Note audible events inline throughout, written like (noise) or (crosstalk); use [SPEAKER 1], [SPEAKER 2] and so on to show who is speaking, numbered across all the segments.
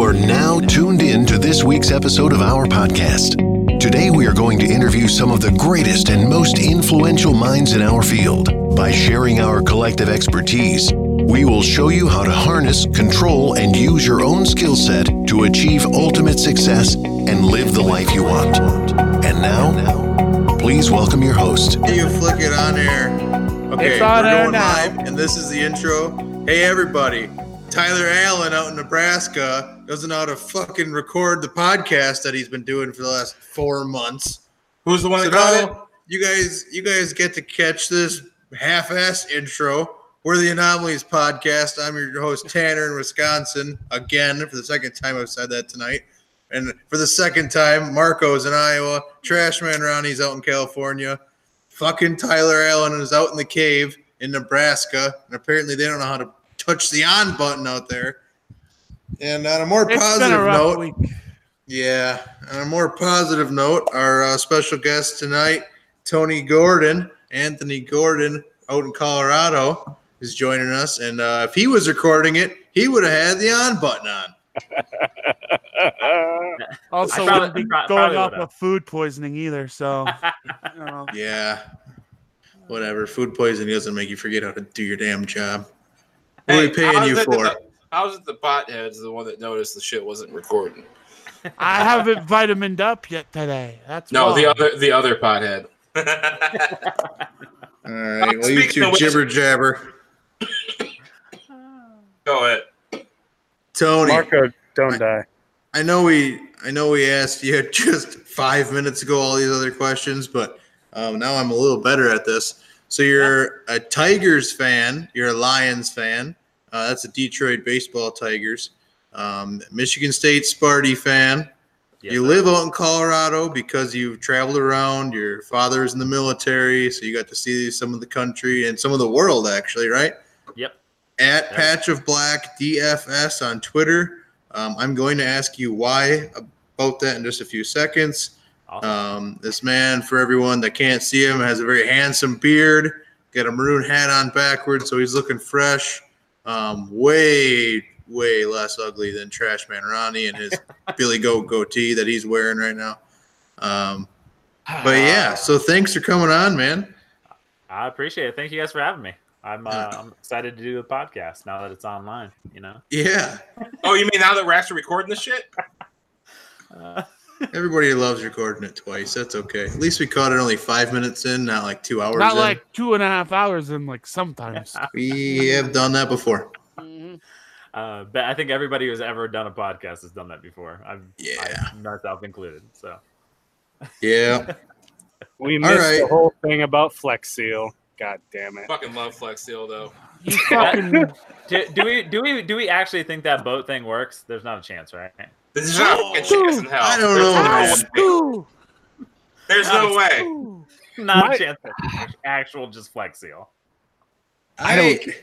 [SPEAKER 1] are now tuned in to this week's episode of our podcast. Today, we are going to interview some of the greatest and most influential minds in our field. By sharing our collective expertise, we will show you how to harness, control, and use your own skill set to achieve ultimate success and live the life you want. And now, please welcome your host.
[SPEAKER 2] You flick it on air. Okay,
[SPEAKER 3] It's on
[SPEAKER 2] we're
[SPEAKER 3] air
[SPEAKER 2] going
[SPEAKER 3] now.
[SPEAKER 2] live, and this is the intro. Hey, everybody! Tyler Allen out in Nebraska doesn't know how to fucking record the podcast that he's been doing for the last four months.
[SPEAKER 4] Who's the one
[SPEAKER 2] So
[SPEAKER 4] that got it?
[SPEAKER 2] now you guys, you guys get to catch this half-ass intro. We're the Anomalies Podcast. I'm your host Tanner in Wisconsin again for the second time. I've said that tonight, and for the second time, Marco's in Iowa. Trashman Ronnie's out in California. Fucking Tyler Allen is out in the cave in Nebraska, and apparently they don't know how to touch the on button out there. And on a more
[SPEAKER 3] It's been
[SPEAKER 2] positive
[SPEAKER 3] a rough
[SPEAKER 2] note,
[SPEAKER 3] week.
[SPEAKER 2] yeah. On a more positive note, our uh, special guest tonight, Tony Gordon, Anthony Gordon, out in Colorado, is joining us. And uh, if he was recording it, he would have had the on button on.
[SPEAKER 3] Also,
[SPEAKER 5] I probably-
[SPEAKER 3] wouldn't be
[SPEAKER 5] pro-
[SPEAKER 3] going
[SPEAKER 5] probably
[SPEAKER 3] off
[SPEAKER 5] would've.
[SPEAKER 3] with food poisoning either. So, you know.
[SPEAKER 2] Yeah. Whatever. Food poisoning doesn't make you forget how to do your damn job. What are we paying
[SPEAKER 4] how's
[SPEAKER 2] you
[SPEAKER 4] it that
[SPEAKER 2] for?
[SPEAKER 4] the- how's it the bothead's the one that noticed the shit wasn't recording?
[SPEAKER 3] I haven't vitamined up yet today. That's
[SPEAKER 4] No,
[SPEAKER 3] why.
[SPEAKER 4] the other the other pothead.
[SPEAKER 2] All right. Well, you
[SPEAKER 4] Speaking of
[SPEAKER 2] two
[SPEAKER 4] which-
[SPEAKER 2] jibber jabber.
[SPEAKER 4] Go ahead.
[SPEAKER 2] Tony.
[SPEAKER 5] Marco, don't die.
[SPEAKER 2] I know we I know we asked you (laughs) just five minutes ago all these other questions, but um, now I'm a little better at this. So you're a Tigers fan, you're a Lions fan. Uh, that's a Detroit baseball Tigers, um, Michigan State Sparty fan. you live out in Colorado because you've traveled around. Your father's in the military, so you got to see some of the country and some of the world, actually, right?
[SPEAKER 5] Yep.
[SPEAKER 2] At
[SPEAKER 5] Yeah.
[SPEAKER 2] Patch of Black DFS on Twitter. Um, I'm going to ask you why about that in just a few seconds.
[SPEAKER 5] Awesome.
[SPEAKER 2] Um, this man, for everyone that can't see him, has a very handsome beard. Got a maroon hat on backwards, so he's looking fresh. Um, way, way less ugly than Trash Man Ronnie and his
[SPEAKER 3] (laughs)
[SPEAKER 2] Billy Goat goatee that he's wearing right now. Um, but
[SPEAKER 3] Ah.
[SPEAKER 2] yeah, so thanks for coming on, man.
[SPEAKER 5] I appreciate it. Thank you guys for having me. I'm uh, I'm excited to do the podcast now that it's online. You know,
[SPEAKER 2] Yeah,
[SPEAKER 4] Oh, you mean now that we're actually recording the shit?
[SPEAKER 5] uh,
[SPEAKER 2] everybody loves recording it twice. That's okay. At least we caught it only five minutes in, not like two hours.
[SPEAKER 3] Not
[SPEAKER 2] in.
[SPEAKER 3] like two and a half hours in, like sometimes.
[SPEAKER 2] we have done that before.
[SPEAKER 5] uh, but I think everybody who's ever done a podcast has done that before. I'm,
[SPEAKER 2] Yeah.
[SPEAKER 5] I, myself included. So
[SPEAKER 2] Yeah.
[SPEAKER 6] We
[SPEAKER 2] All
[SPEAKER 6] missed the
[SPEAKER 2] right.
[SPEAKER 6] whole thing about Flex Seal. God damn
[SPEAKER 5] (laughs)
[SPEAKER 6] it.
[SPEAKER 4] Fucking love Flex Seal though.
[SPEAKER 3] You fucking,
[SPEAKER 5] Uh, do, do we do we do we actually think that boat thing works? There's not a chance, right?
[SPEAKER 4] This is not a fucking chance in hell.
[SPEAKER 2] I don't know, man.
[SPEAKER 4] There's
[SPEAKER 3] Ooh,
[SPEAKER 4] no way. There's no way.
[SPEAKER 3] ooh.
[SPEAKER 5] Not
[SPEAKER 6] My-
[SPEAKER 5] a chance. Actual just flex seal.
[SPEAKER 2] (laughs) I don't.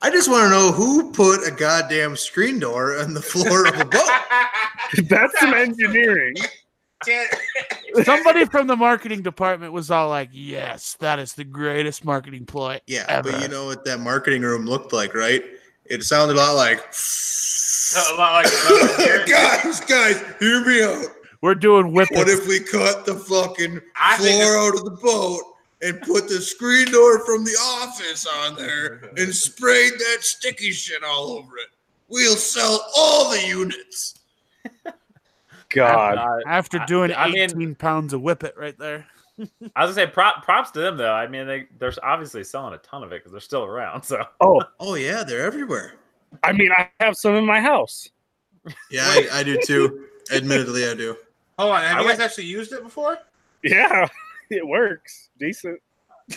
[SPEAKER 2] I just want to know who put a goddamn screen door on the floor (laughs) of a
[SPEAKER 4] (laughs)
[SPEAKER 2] boat.
[SPEAKER 6] That's some engineering.
[SPEAKER 3] Somebody from the marketing department was all like, "Yes, that is the greatest marketing ploy."
[SPEAKER 2] Yeah, but
[SPEAKER 3] Ever.
[SPEAKER 2] you know what that marketing room looked like, right? It sounded a lot like. (laughs)
[SPEAKER 4] a lot like
[SPEAKER 2] guys, guys, hear me out.
[SPEAKER 3] We're doing whippets.
[SPEAKER 2] What if we cut the fucking
[SPEAKER 4] I think
[SPEAKER 2] floor
[SPEAKER 4] it's-
[SPEAKER 2] out of the boat and put the screen door from the office on there and sprayed that sticky shit all over it? We'll sell all the units.
[SPEAKER 5] (laughs)
[SPEAKER 6] God.
[SPEAKER 5] Uh,
[SPEAKER 3] After
[SPEAKER 5] I-
[SPEAKER 3] doing
[SPEAKER 5] I mean-
[SPEAKER 3] 18 pounds of whippet right there.
[SPEAKER 5] I was gonna say prop, props to them though. I mean, they they're obviously selling a ton of it because they're still around. So
[SPEAKER 6] Oh,
[SPEAKER 2] Oh yeah, they're everywhere.
[SPEAKER 6] I mean, I have some in my house.
[SPEAKER 2] Yeah, I, I do
[SPEAKER 4] (laughs)
[SPEAKER 2] too. Admittedly, I do.
[SPEAKER 4] Hold on, have
[SPEAKER 5] I
[SPEAKER 4] you guys
[SPEAKER 5] went-
[SPEAKER 4] actually used it before?
[SPEAKER 6] Yeah, (laughs) it works. Decent.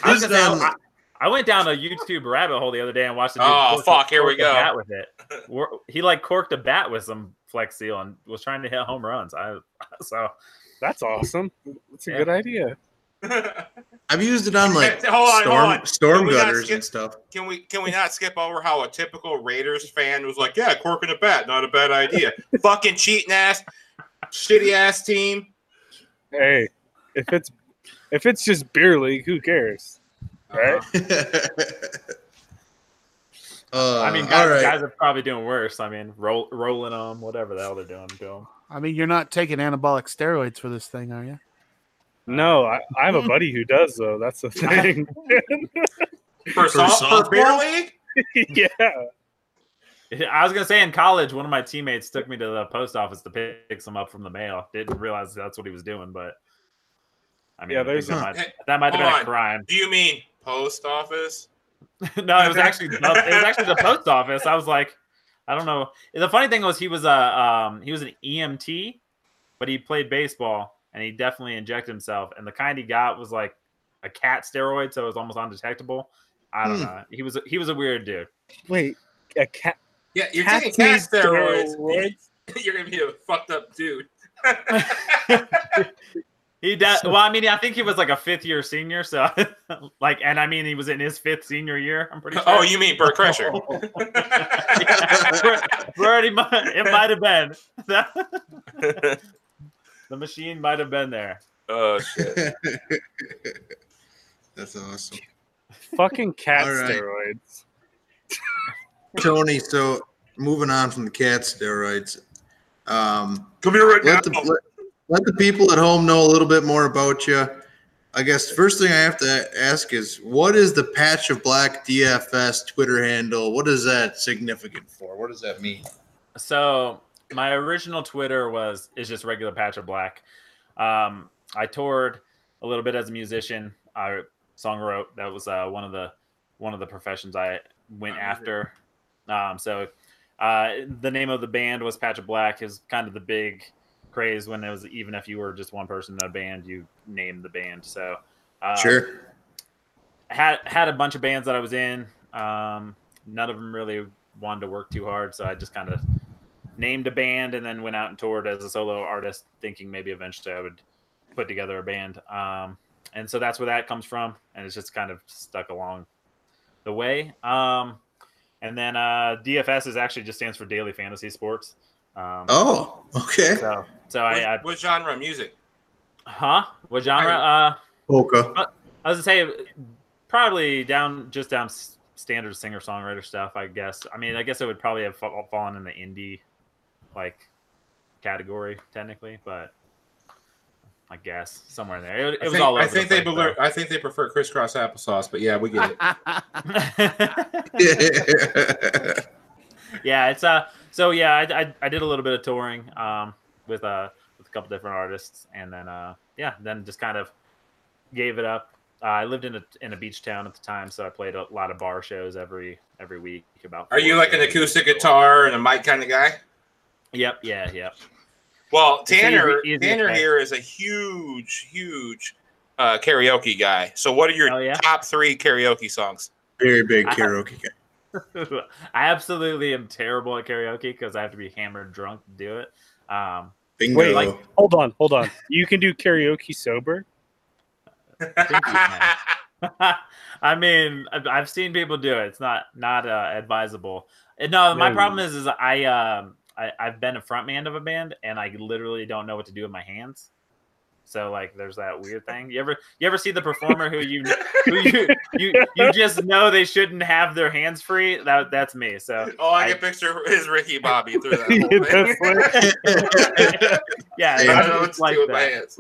[SPEAKER 5] I, was gonna say,
[SPEAKER 2] Just, um,
[SPEAKER 5] I, I went down a YouTube rabbit hole the other day and watched. a dude
[SPEAKER 4] Oh,
[SPEAKER 5] cork-
[SPEAKER 4] fuck, here we
[SPEAKER 5] cork a
[SPEAKER 4] go.
[SPEAKER 5] Bat
[SPEAKER 4] (laughs)
[SPEAKER 5] with it. Wor- He like corked a bat with some flex seal and was trying to hit home runs. I (laughs) so
[SPEAKER 6] That's awesome. That's a
[SPEAKER 5] Yeah.
[SPEAKER 6] good idea.
[SPEAKER 2] I've used it on like
[SPEAKER 4] Hold on,
[SPEAKER 2] storm,
[SPEAKER 4] hold on.
[SPEAKER 2] storm
[SPEAKER 4] We gotta
[SPEAKER 2] gutters
[SPEAKER 4] skip-
[SPEAKER 2] and stuff.
[SPEAKER 4] (laughs)
[SPEAKER 2] (laughs)
[SPEAKER 4] Can we can we not skip over how a typical Raiders fan was like, yeah, corking a bat, not a bad idea. Fucking cheating ass, shitty ass team.
[SPEAKER 6] Hey, if it's if it's just beer league, who cares? Right?
[SPEAKER 2] All Uh,
[SPEAKER 5] I mean, guys,
[SPEAKER 2] all right.
[SPEAKER 5] guys are probably doing worse. I mean, roll, rolling them, whatever the hell they're doing to them.
[SPEAKER 3] I mean, you're not taking anabolic steroids for this thing, are you?
[SPEAKER 6] No, I, I have a buddy who does though. That's the thing. (laughs)
[SPEAKER 4] For, soft, for
[SPEAKER 2] softball?
[SPEAKER 4] beer league?
[SPEAKER 6] yeah.
[SPEAKER 5] I was gonna say in college, one of my teammates took me to the post office to pick some up from the mail. Didn't realize that's what he was doing, but I mean,
[SPEAKER 6] Yeah,
[SPEAKER 5] I think
[SPEAKER 6] there's-
[SPEAKER 5] that, might,
[SPEAKER 4] Huh.
[SPEAKER 5] that might have been
[SPEAKER 4] Hold
[SPEAKER 5] a
[SPEAKER 4] on.
[SPEAKER 5] crime.
[SPEAKER 4] Do you mean post office?
[SPEAKER 5] (laughs) no, it was actually no, it was actually the post office. I was like, I don't know. The funny thing was he was a um, he was an EMT, but he played baseball and he definitely injected himself. And the kind he got was like a cat steroid, so it was almost undetectable. I don't
[SPEAKER 2] Hmm.
[SPEAKER 5] know. He was a- he was a weird dude.
[SPEAKER 6] Wait, a cat.
[SPEAKER 4] Yeah, you're
[SPEAKER 6] cat
[SPEAKER 4] taking cat
[SPEAKER 6] needs
[SPEAKER 4] steroids. (laughs) You're gonna be a fucked up dude.
[SPEAKER 5] He does. well, I mean, I think he was like a fifth year senior, so (laughs) like, and I mean, he was in his fifth senior year. I'm pretty sure.
[SPEAKER 4] (laughs)
[SPEAKER 5] (laughs)
[SPEAKER 4] oh, you mean Bert (laughs) Kreischer?
[SPEAKER 5] pretty much. It might have been. (laughs) the machine might have been there.
[SPEAKER 4] oh shit!
[SPEAKER 2] (laughs) That's awesome.
[SPEAKER 4] (laughs)
[SPEAKER 6] Fucking cat
[SPEAKER 2] All right.
[SPEAKER 6] steroids.
[SPEAKER 2] Tony, so moving on from the cat steroids, um,
[SPEAKER 4] Come here right
[SPEAKER 2] let, the, let, let the people at home know a little bit more about you. I guess first thing I have to ask is what is the patch of black DFS Twitter handle? What is that significant for? What does that mean?
[SPEAKER 5] So my original Twitter was is just regular patch of black. Um, I toured a little bit as a musician. I song wrote. That was uh, one of the one of the professions I went after. Um, so uh, the name of the band was Patch of Black. Is kind of the big craze when it was even if you were just one person in a band, you named the band. So uh,
[SPEAKER 2] sure.
[SPEAKER 5] had had a bunch of bands that I was in. Um, none of them really wanted to work too hard, so I just kind of named a band and then went out and toured as a solo artist, thinking maybe eventually I would put together a band. Um, and so that's where that comes from, and it's just kind of stuck along the way. Um, and then uh, DFS is actually just stands for Daily Fantasy Sports. Um,
[SPEAKER 2] Oh, okay.
[SPEAKER 5] so so
[SPEAKER 4] what,
[SPEAKER 5] I, I
[SPEAKER 4] what genre of music?
[SPEAKER 5] huh? What genre? Uh,
[SPEAKER 2] Polka.
[SPEAKER 5] I was gonna say probably down just down s- standard singer songwriter stuff. I guess. I mean, I guess it would probably have fa- fallen in the indie like category technically, but I guess somewhere in there. It, it
[SPEAKER 4] I
[SPEAKER 5] was
[SPEAKER 4] think,
[SPEAKER 5] all. Over
[SPEAKER 4] I think
[SPEAKER 5] the
[SPEAKER 4] they
[SPEAKER 5] place,
[SPEAKER 4] prefer, I think they prefer crisscross applesauce, but yeah, we get (laughs) it. (laughs)
[SPEAKER 5] though. (laughs) yeah, it's uh. So yeah, I, I, I did a little bit of touring um with uh with a couple different artists, and then uh yeah, then just kind of gave it up. Uh, I lived in a in a beach town at the time, so I played a lot of bar shows every every week. About
[SPEAKER 4] Are you
[SPEAKER 5] four
[SPEAKER 4] like an
[SPEAKER 5] shows.
[SPEAKER 4] acoustic guitar and a mic kind of guy?
[SPEAKER 5] Yep, yeah,
[SPEAKER 4] (laughs)
[SPEAKER 5] yep.
[SPEAKER 4] Well,
[SPEAKER 5] It's easy-
[SPEAKER 4] Tanner
[SPEAKER 5] easy to
[SPEAKER 4] Tanner
[SPEAKER 5] say.
[SPEAKER 4] here is a huge, huge uh, karaoke guy. So, what are your
[SPEAKER 5] Oh, yeah? (laughs)
[SPEAKER 4] top three karaoke songs?
[SPEAKER 2] (laughs) Very big karaoke guy.
[SPEAKER 5] I absolutely am terrible at karaoke because I have to be hammered drunk to do it. Um,
[SPEAKER 2] Bingo.
[SPEAKER 6] Wait, Hold on, hold on. You can do karaoke sober.
[SPEAKER 4] (laughs)
[SPEAKER 5] can. (laughs) I mean, I've, I've seen people do it. It's not not uh, advisable. And No, my
[SPEAKER 6] No.
[SPEAKER 5] problem is is I um I, I've been a frontman of a band and I literally don't know what to do with my hands. So like, there's that weird thing. You ever you ever see the performer who you who you, you you just know they shouldn't have their hands free? That that's me. So
[SPEAKER 4] oh, I,
[SPEAKER 5] I-
[SPEAKER 4] can picture his Ricky Bobby through (laughs) (laughs) that.
[SPEAKER 6] Yeah,
[SPEAKER 2] I
[SPEAKER 4] Whole thing.
[SPEAKER 6] that's (laughs)
[SPEAKER 5] yeah,
[SPEAKER 4] I don't know what
[SPEAKER 5] it's
[SPEAKER 4] to do with my
[SPEAKER 5] that.
[SPEAKER 4] hands.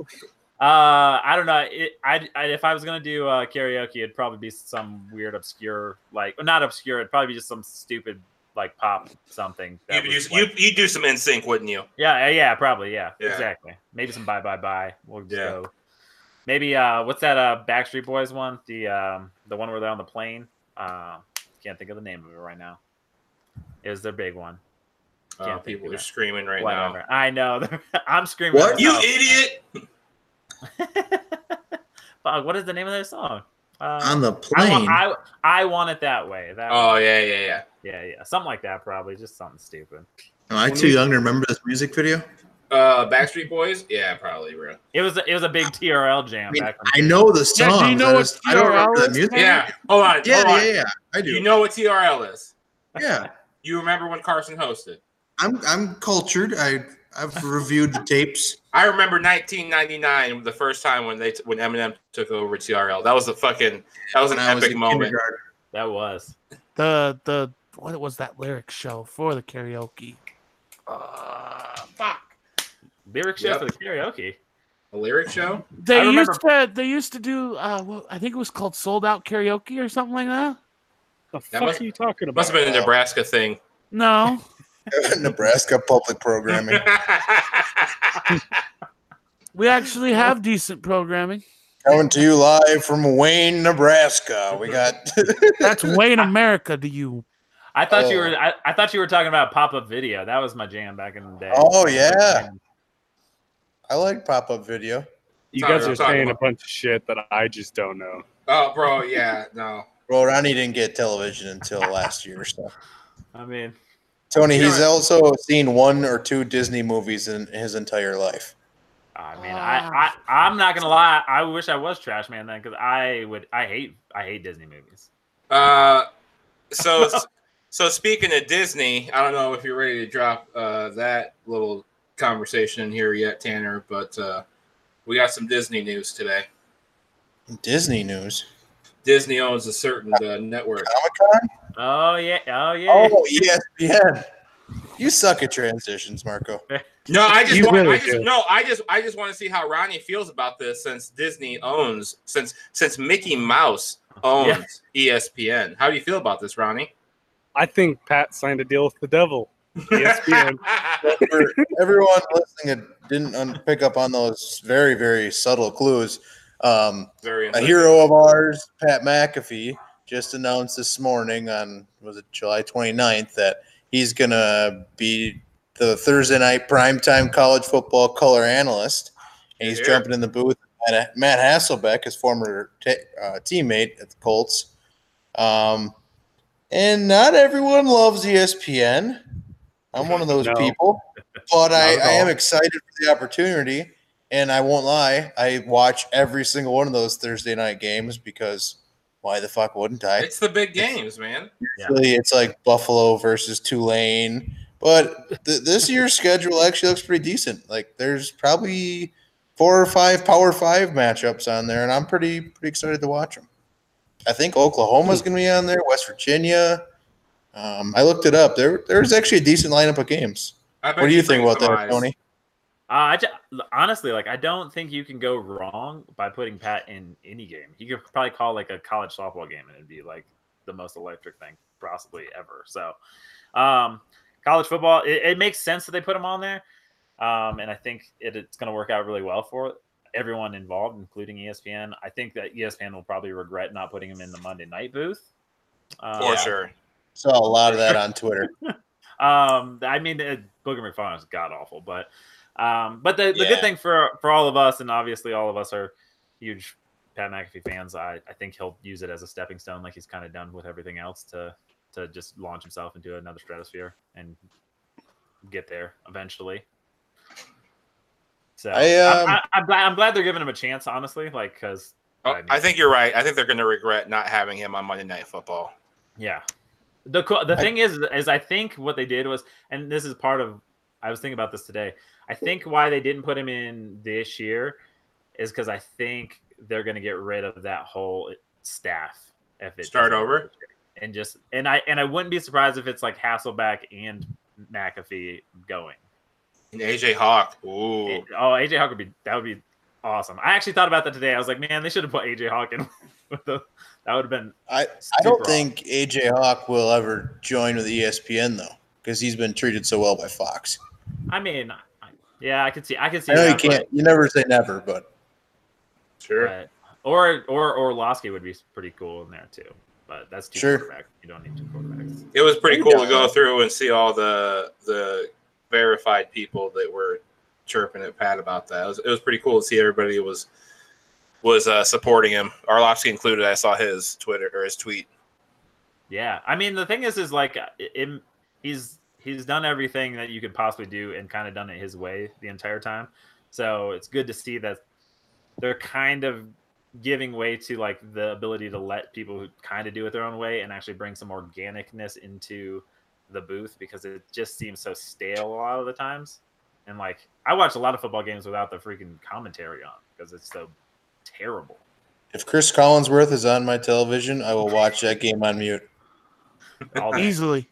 [SPEAKER 5] Uh, I don't know. It, I, I if I was gonna do uh, karaoke, it'd probably be some weird, obscure, like well, not obscure. It'd probably be just some stupid like pop something.
[SPEAKER 4] You,
[SPEAKER 5] that
[SPEAKER 4] would
[SPEAKER 5] was
[SPEAKER 4] use-
[SPEAKER 5] like-
[SPEAKER 4] you, you'd do some in sync, wouldn't you?
[SPEAKER 5] yeah, yeah, yeah, probably, yeah,
[SPEAKER 4] Yeah.
[SPEAKER 5] exactly. Maybe some bye bye bye. We'll just
[SPEAKER 4] Yeah.
[SPEAKER 5] go. Maybe uh, what's that uh Backstreet Boys one? The um the one where they're on the plane. Uh, can't think of the name of it right now. It was their big one.
[SPEAKER 4] Oh,
[SPEAKER 5] Can't think
[SPEAKER 4] people
[SPEAKER 5] of
[SPEAKER 4] are
[SPEAKER 5] it.
[SPEAKER 4] screaming right
[SPEAKER 5] Whatever. I know. (laughs) I'm screaming.
[SPEAKER 2] What?
[SPEAKER 5] at
[SPEAKER 4] now. You
[SPEAKER 5] myself.
[SPEAKER 4] idiot!
[SPEAKER 5] (laughs) Fuck, what is the name of their song? Uh,
[SPEAKER 2] (laughs) On the
[SPEAKER 5] I,
[SPEAKER 2] plane.
[SPEAKER 5] want, I, I want it that way. That
[SPEAKER 4] (laughs) Oh yeah, yeah, yeah.
[SPEAKER 5] yeah, yeah, something like that, probably just something stupid.
[SPEAKER 2] Am I too young to remember this music video?
[SPEAKER 4] Uh, Backstreet Boys? Yeah, probably, bro.
[SPEAKER 5] It was it was a big TRL
[SPEAKER 2] (laughs)
[SPEAKER 5] jam
[SPEAKER 2] I mean,
[SPEAKER 5] back. when-
[SPEAKER 2] I know the
[SPEAKER 3] Yeah,
[SPEAKER 2] song.
[SPEAKER 3] do you know
[SPEAKER 2] I,
[SPEAKER 3] what
[SPEAKER 2] just- I don't remember
[SPEAKER 3] TRL
[SPEAKER 2] the
[SPEAKER 3] is,
[SPEAKER 2] music.
[SPEAKER 3] man?
[SPEAKER 4] Yeah. Hold on.
[SPEAKER 2] Yeah,
[SPEAKER 4] hold on.
[SPEAKER 2] yeah, yeah. I do.
[SPEAKER 4] You know what TRL is?
[SPEAKER 2] yeah.
[SPEAKER 4] You remember when Carson hosted?
[SPEAKER 2] I'm I'm cultured. I I've reviewed the tapes.
[SPEAKER 4] I remember 1999, the first time when they t- when Eminem took over TRL. That was a fucking that was an
[SPEAKER 2] when I
[SPEAKER 4] epic
[SPEAKER 2] in
[SPEAKER 4] moment.
[SPEAKER 2] kindergarten.
[SPEAKER 5] that was
[SPEAKER 3] The the what was that lyric show for the karaoke? Uh, fuck.
[SPEAKER 5] Lyric show
[SPEAKER 4] Yep.
[SPEAKER 5] for the
[SPEAKER 2] (laughs)
[SPEAKER 5] karaoke.
[SPEAKER 4] A lyric show?
[SPEAKER 3] They
[SPEAKER 5] remember-
[SPEAKER 3] used to they used to do uh, well, I think it was called sold out karaoke or something like that.
[SPEAKER 6] The
[SPEAKER 4] That
[SPEAKER 6] fuck
[SPEAKER 4] must-
[SPEAKER 6] are you talking about?
[SPEAKER 4] Must have been a Nebraska thing.
[SPEAKER 3] No,
[SPEAKER 2] (laughs) Nebraska public programming.
[SPEAKER 3] we
[SPEAKER 4] (laughs)
[SPEAKER 3] actually have decent programming.
[SPEAKER 2] Coming to you live from Wayne, Nebraska. We got (laughs)
[SPEAKER 3] That's Wayne America to you.
[SPEAKER 5] I thought you
[SPEAKER 2] Oh.
[SPEAKER 5] were. I, I thought you were talking about pop up video. That was my jam back in the day.
[SPEAKER 2] Oh, yeah. I like pop up video.
[SPEAKER 6] You
[SPEAKER 4] Sorry,
[SPEAKER 6] guys
[SPEAKER 4] I'm
[SPEAKER 6] are
[SPEAKER 4] sorry.
[SPEAKER 6] saying a bunch of shit that I just don't know.
[SPEAKER 4] oh, bro, yeah, no.
[SPEAKER 2] Well, Ronnie didn't get television until last year or so.
[SPEAKER 5] I mean,
[SPEAKER 2] Tony,
[SPEAKER 4] Yeah.
[SPEAKER 2] he's also seen one or two Disney movies in his entire life.
[SPEAKER 5] I mean, I, I, I'm not gonna lie. I wish I was Trash Man then, because I would. I hate. I hate Disney movies.
[SPEAKER 4] Uh,
[SPEAKER 6] (laughs)
[SPEAKER 4] so, so speaking of Disney, I don't know if you're ready to drop uh, that little conversation in here yet, Tanner, but uh, we got some Disney news today.
[SPEAKER 2] Disney news.
[SPEAKER 4] Disney owns a certain uh, network.
[SPEAKER 2] Comic Con?
[SPEAKER 5] Oh yeah. Oh yeah.
[SPEAKER 2] Oh, yes, yeah. You suck at transitions, Marco.
[SPEAKER 4] No, I just,
[SPEAKER 6] You
[SPEAKER 4] want, I
[SPEAKER 6] really
[SPEAKER 4] just
[SPEAKER 6] do.
[SPEAKER 4] no, I just, I just want to see how Ronnie feels about this since Disney owns, since since Mickey Mouse
[SPEAKER 2] Oh.
[SPEAKER 4] E owns ESPN. How do you feel about this, Ronnie?
[SPEAKER 6] I think Pat signed a deal with the devil. E
[SPEAKER 4] (laughs)
[SPEAKER 6] ESPN.
[SPEAKER 2] For everyone listening that didn't un- pick up on those very, very subtle clues, um,
[SPEAKER 4] Very.
[SPEAKER 2] a hero of ours, Pat McAfee, just announced this morning on was it July 29th that he's gonna be the Thursday night primetime college football color analyst, and he's
[SPEAKER 4] Yeah.
[SPEAKER 2] jumping in the booth. with Matt Hasselbeck, his former t- uh, teammate at the Colts, um, and not everyone loves E ESPN. I'm one of those
[SPEAKER 6] (laughs) No.
[SPEAKER 2] people, but I,
[SPEAKER 6] Not at
[SPEAKER 2] I am
[SPEAKER 6] all.
[SPEAKER 2] excited for the opportunity. And I won't lie, I watch every single one of those Thursday night games because why the fuck wouldn't I?
[SPEAKER 4] It's the big games, man.
[SPEAKER 2] Really, it's like Buffalo versus Tulane. But th- this year's schedule actually looks pretty decent. Like there's probably four or five Power Five matchups on there, and I'm pretty pretty excited to watch them. I think Oklahoma's going to be on there. West Virginia. Um, I looked it up. There there's actually a decent lineup of games.
[SPEAKER 4] I bet
[SPEAKER 2] What do you think
[SPEAKER 4] brings
[SPEAKER 2] about
[SPEAKER 4] some
[SPEAKER 2] that,
[SPEAKER 4] eyes.
[SPEAKER 2] Tony?
[SPEAKER 5] Uh, I ju- honestly, like, I don't think you can go wrong by putting Pat in any game. He could probably call like a college softball game, and it'd be like the most electric thing possibly ever. So, um, college football, it, it makes sense that they put him on there, um, and I think it, it's going to work out really well for everyone involved, including E ESPN. I think that E ESPN will probably regret not putting him in the Monday night booth. Uh,
[SPEAKER 4] For sure.
[SPEAKER 2] Saw a lot of that on Twitter.
[SPEAKER 5] um, I mean, uh, Booger McFarlane is god awful, but um, but the, the
[SPEAKER 4] Yeah.
[SPEAKER 5] good thing for for all of us, and obviously all of us are huge Pat McAfee fans. I, I think he'll use it as a stepping stone, like he's kind of done with everything else, to to just launch himself into another stratosphere and get there eventually. So
[SPEAKER 2] I, um,
[SPEAKER 5] I, am glad I'm glad they're giving him a chance, honestly, like because
[SPEAKER 4] Oh,
[SPEAKER 5] I mean-
[SPEAKER 4] I think you're right. I think they're going to regret not having him on Monday Night Football.
[SPEAKER 5] Yeah. The co- the
[SPEAKER 2] I-
[SPEAKER 5] thing is is I think what they did was and this is part of I was thinking about this today. I think why they didn't put him in this year is cuz I think they're going to get rid of that whole staff if it
[SPEAKER 4] Start
[SPEAKER 5] doesn't
[SPEAKER 4] over?
[SPEAKER 5] work. and just and I and I wouldn't be surprised if it's like Hasselback and McAfee going.
[SPEAKER 4] And AJ Hawk. Ooh.
[SPEAKER 5] It- oh, AJ Hawk would be that would be awesome. I actually thought about that today. I was like, man, they should have put AJ Hawk in (laughs) with the that would have been
[SPEAKER 2] I, I don't
[SPEAKER 5] super
[SPEAKER 2] think AJ Hawk will ever join with E ESPN though, because he's been treated so well by Fox.
[SPEAKER 5] I mean, I- yeah, I could see I could see
[SPEAKER 2] I know you
[SPEAKER 5] that, but-
[SPEAKER 2] can't. You never say never, but
[SPEAKER 4] sure.
[SPEAKER 5] But, or or Orlovsky would be pretty cool in there too. But that's two
[SPEAKER 2] Sure.
[SPEAKER 5] quarterbacks. You don't need two quarterbacks.
[SPEAKER 4] It was pretty
[SPEAKER 2] Maybe
[SPEAKER 4] cool to
[SPEAKER 2] not.
[SPEAKER 4] go through and see all the the verified people that were chirping at Pat about that. It was, it was pretty cool to see everybody was was uh, supporting him. Arlovsky included. I saw his Twitter or his tweet.
[SPEAKER 5] Yeah, I mean the thing is, is like uh, it, it- he's he's done everything that you could possibly do and kind of done it his way the entire time. So it's good to see that they're kind of giving way to like the ability to let people who kind of do it their own way and actually bring some organicness into the booth because it just seems so stale a lot of the times. And like I watch a lot of football games without the freaking commentary on because it's so terrible.
[SPEAKER 2] if Chris Collinsworth is on my television, I will watch that game on mute.
[SPEAKER 3] (laughs)
[SPEAKER 5] all day.
[SPEAKER 3] easily.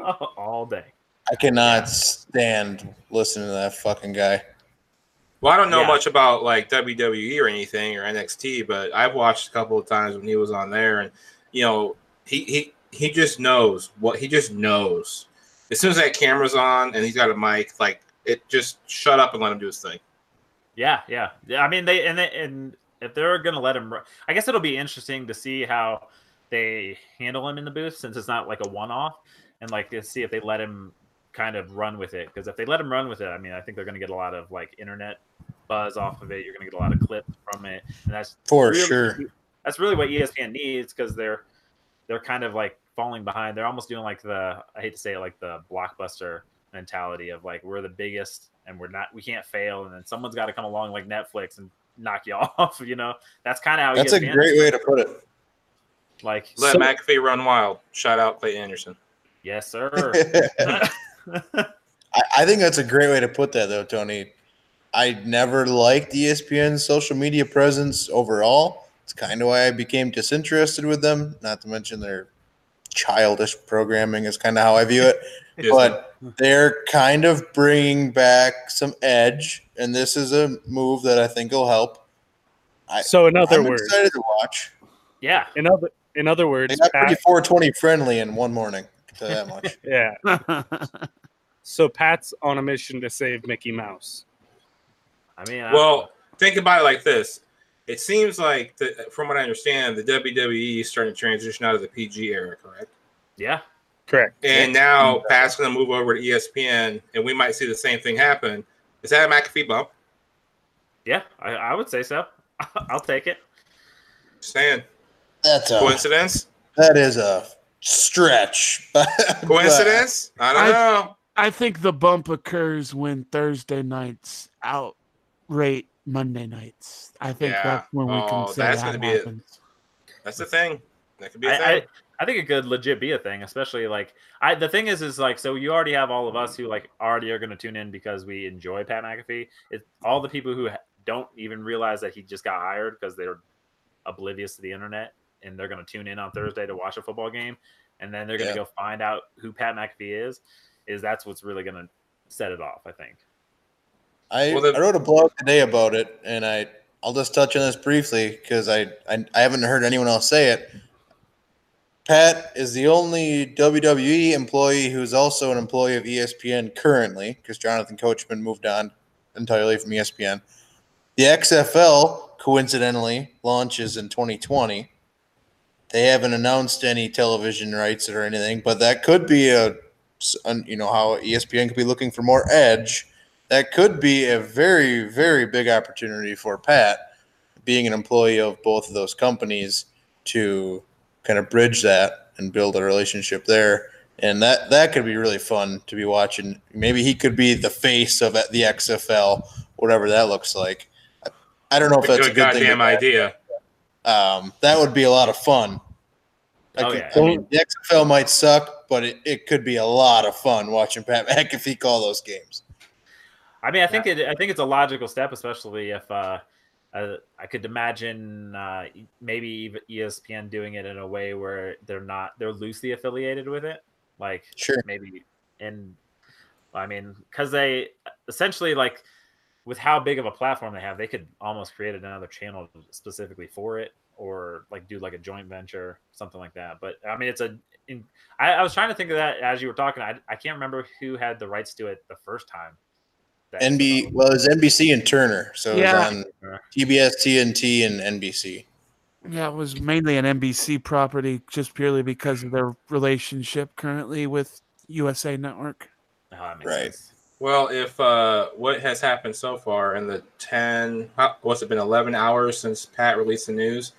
[SPEAKER 5] all day. (laughs)
[SPEAKER 2] I cannot stand listening to that fucking guy.
[SPEAKER 4] Well, I don't know
[SPEAKER 5] Yeah.
[SPEAKER 4] much about like WWE or anything or NXT, but I've watched a couple of times when he was on there, and you know, he he he just knows what he just knows. As soon as that camera's on and he's got a mic, like it just shut up and let him do his thing.
[SPEAKER 5] Yeah, yeah, yeah. I mean, they and they, and if they're gonna let him, ru- I guess it'll be interesting to see how they handle him in the booth since it's not like a one-off, and like to see if they let him kind of run with it. Because if they let him run with it, I mean, I think they're gonna get a lot of like internet buzz off of it. You're gonna get a lot of clips from it, and that's
[SPEAKER 2] For
[SPEAKER 5] really-
[SPEAKER 2] sure.
[SPEAKER 5] That's really what E ESPN needs because they're they're kind of like falling behind. They're almost doing like the I hate to say it like the blockbuster mentality of like we're the biggest and we're not we can't fail and then someone's got to come along like Netflix and knock you (laughs) off. You know that's kind of how E
[SPEAKER 2] That's a
[SPEAKER 5] ESPN
[SPEAKER 2] great way to put it.
[SPEAKER 5] like
[SPEAKER 4] Let
[SPEAKER 6] So-
[SPEAKER 4] McAfee run wild. Shout out Clay Anderson.
[SPEAKER 5] yes
[SPEAKER 2] (laughs)
[SPEAKER 5] sir. (laughs)
[SPEAKER 2] I, I think that's a great way to put that, though, Tony. I never liked E ESPN's social media presence overall. It's kind of why I became disinterested with them, not to mention their childish programming is kind of how I view
[SPEAKER 6] (laughs)
[SPEAKER 2] it.
[SPEAKER 4] Disney.
[SPEAKER 2] but they're kind of bringing back some edge, and this is a move that I think will help. I-
[SPEAKER 6] So in other
[SPEAKER 2] I'm
[SPEAKER 6] words,
[SPEAKER 2] excited to watch.
[SPEAKER 5] yeah,
[SPEAKER 6] in other in other
[SPEAKER 2] They
[SPEAKER 6] words,
[SPEAKER 2] got pretty
[SPEAKER 6] Pat,
[SPEAKER 2] 420 friendly in one morning. I'll Tell you that much.
[SPEAKER 6] yeah.
[SPEAKER 3] I
[SPEAKER 6] So Pat's on a mission to save Mickey Mouse.
[SPEAKER 5] I mean I-
[SPEAKER 4] Well, think about it like this. It seems like, the, from what I understand, the WWE is starting to transition out of the PG era, correct?
[SPEAKER 5] yeah
[SPEAKER 6] Correct.
[SPEAKER 4] And now
[SPEAKER 2] Mm-hmm.
[SPEAKER 4] Pat's going to move over to E ESPN, and we might see the same thing happen. Is that a McAfee bump?
[SPEAKER 5] yeah I, I would say so. (laughs) I'll take it.
[SPEAKER 4] Just saying.
[SPEAKER 2] (laughs) That's a,
[SPEAKER 4] Coincidence?
[SPEAKER 2] that is a stretch. (laughs) but-
[SPEAKER 4] Coincidence? I don't
[SPEAKER 3] I-
[SPEAKER 4] know.
[SPEAKER 3] think the bump occurs when Thursday nights outrate Monday nights. I think
[SPEAKER 4] Yeah.
[SPEAKER 3] that's when we
[SPEAKER 4] Oh,
[SPEAKER 3] can say
[SPEAKER 4] that's
[SPEAKER 3] that
[SPEAKER 4] gonna be it.
[SPEAKER 3] happens.
[SPEAKER 4] That's the thing. That could be a
[SPEAKER 5] I, I,
[SPEAKER 4] thing.
[SPEAKER 5] I think it could legit be a thing, especially like I the thing is is like so you already have all of us who like already are going to tune in because we enjoy Pat McAfee. It's all the people who ha- don't even realize that he just got hired because they're oblivious to the internet and they're going to tune in on Thursday to watch a football game and then they're going
[SPEAKER 2] Yeah.
[SPEAKER 5] to go find out who Pat McAfee is. Is that's what's really going to set it off? I think.
[SPEAKER 2] I,
[SPEAKER 4] Well, the-
[SPEAKER 2] I wrote a blog today about it, and I I'll just touch on this briefly because I, I I haven't heard anyone else say it. Pat is the only WWE employee who's also an employee of E ESPN currently, because Jonathan Coachman moved on entirely from E ESPN. The XFL coincidentally launches in 2020. They haven't announced any television rights or anything, but that could be a, s- an- you know, how E ESPN could be looking for more edge that could be a very, very big opportunity for Pat, being an employee of both of those companies, to kind of bridge that and build a relationship there. And that that could be really fun to be watching. Maybe he could be the face of the XFL, whatever that looks like. I- I don't know if
[SPEAKER 4] Good,
[SPEAKER 2] that's a good thing.
[SPEAKER 4] goddamn
[SPEAKER 2] to-
[SPEAKER 4] idea.
[SPEAKER 2] Um, that would be a lot of fun. I,
[SPEAKER 5] Oh,
[SPEAKER 2] could-
[SPEAKER 5] yeah.
[SPEAKER 2] I mean, the XFL might suck, but it, it could be a lot of fun watching Pat McAfee call those games.
[SPEAKER 5] I mean, I think it. I think it's a logical step, especially if uh, uh, I could imagine uh, e- maybe even ESPN doing it in a way where they're not they're loosely affiliated with it, like
[SPEAKER 2] Sure.
[SPEAKER 5] maybe and I mean, because they essentially like with how big of a platform they have, they could almost create another channel specifically for it, or like do like a joint venture, something like that. But I mean, it's a. In, I, I was trying to think of that as you were talking. I, I can't remember who had the rights to it the first time. that-
[SPEAKER 2] NB well, it was NBC and Turner, so
[SPEAKER 3] Yeah.
[SPEAKER 2] it was on TBS, TNT, and NBC.
[SPEAKER 3] Yeah, it was mainly an NBC property just purely because of their relationship currently with USA Network.
[SPEAKER 5] Oh, that makes
[SPEAKER 2] Right.
[SPEAKER 5] sense.
[SPEAKER 4] Well, if uh, what has happened so far in the 10, how- what's it been, 11 hours since Pat released the news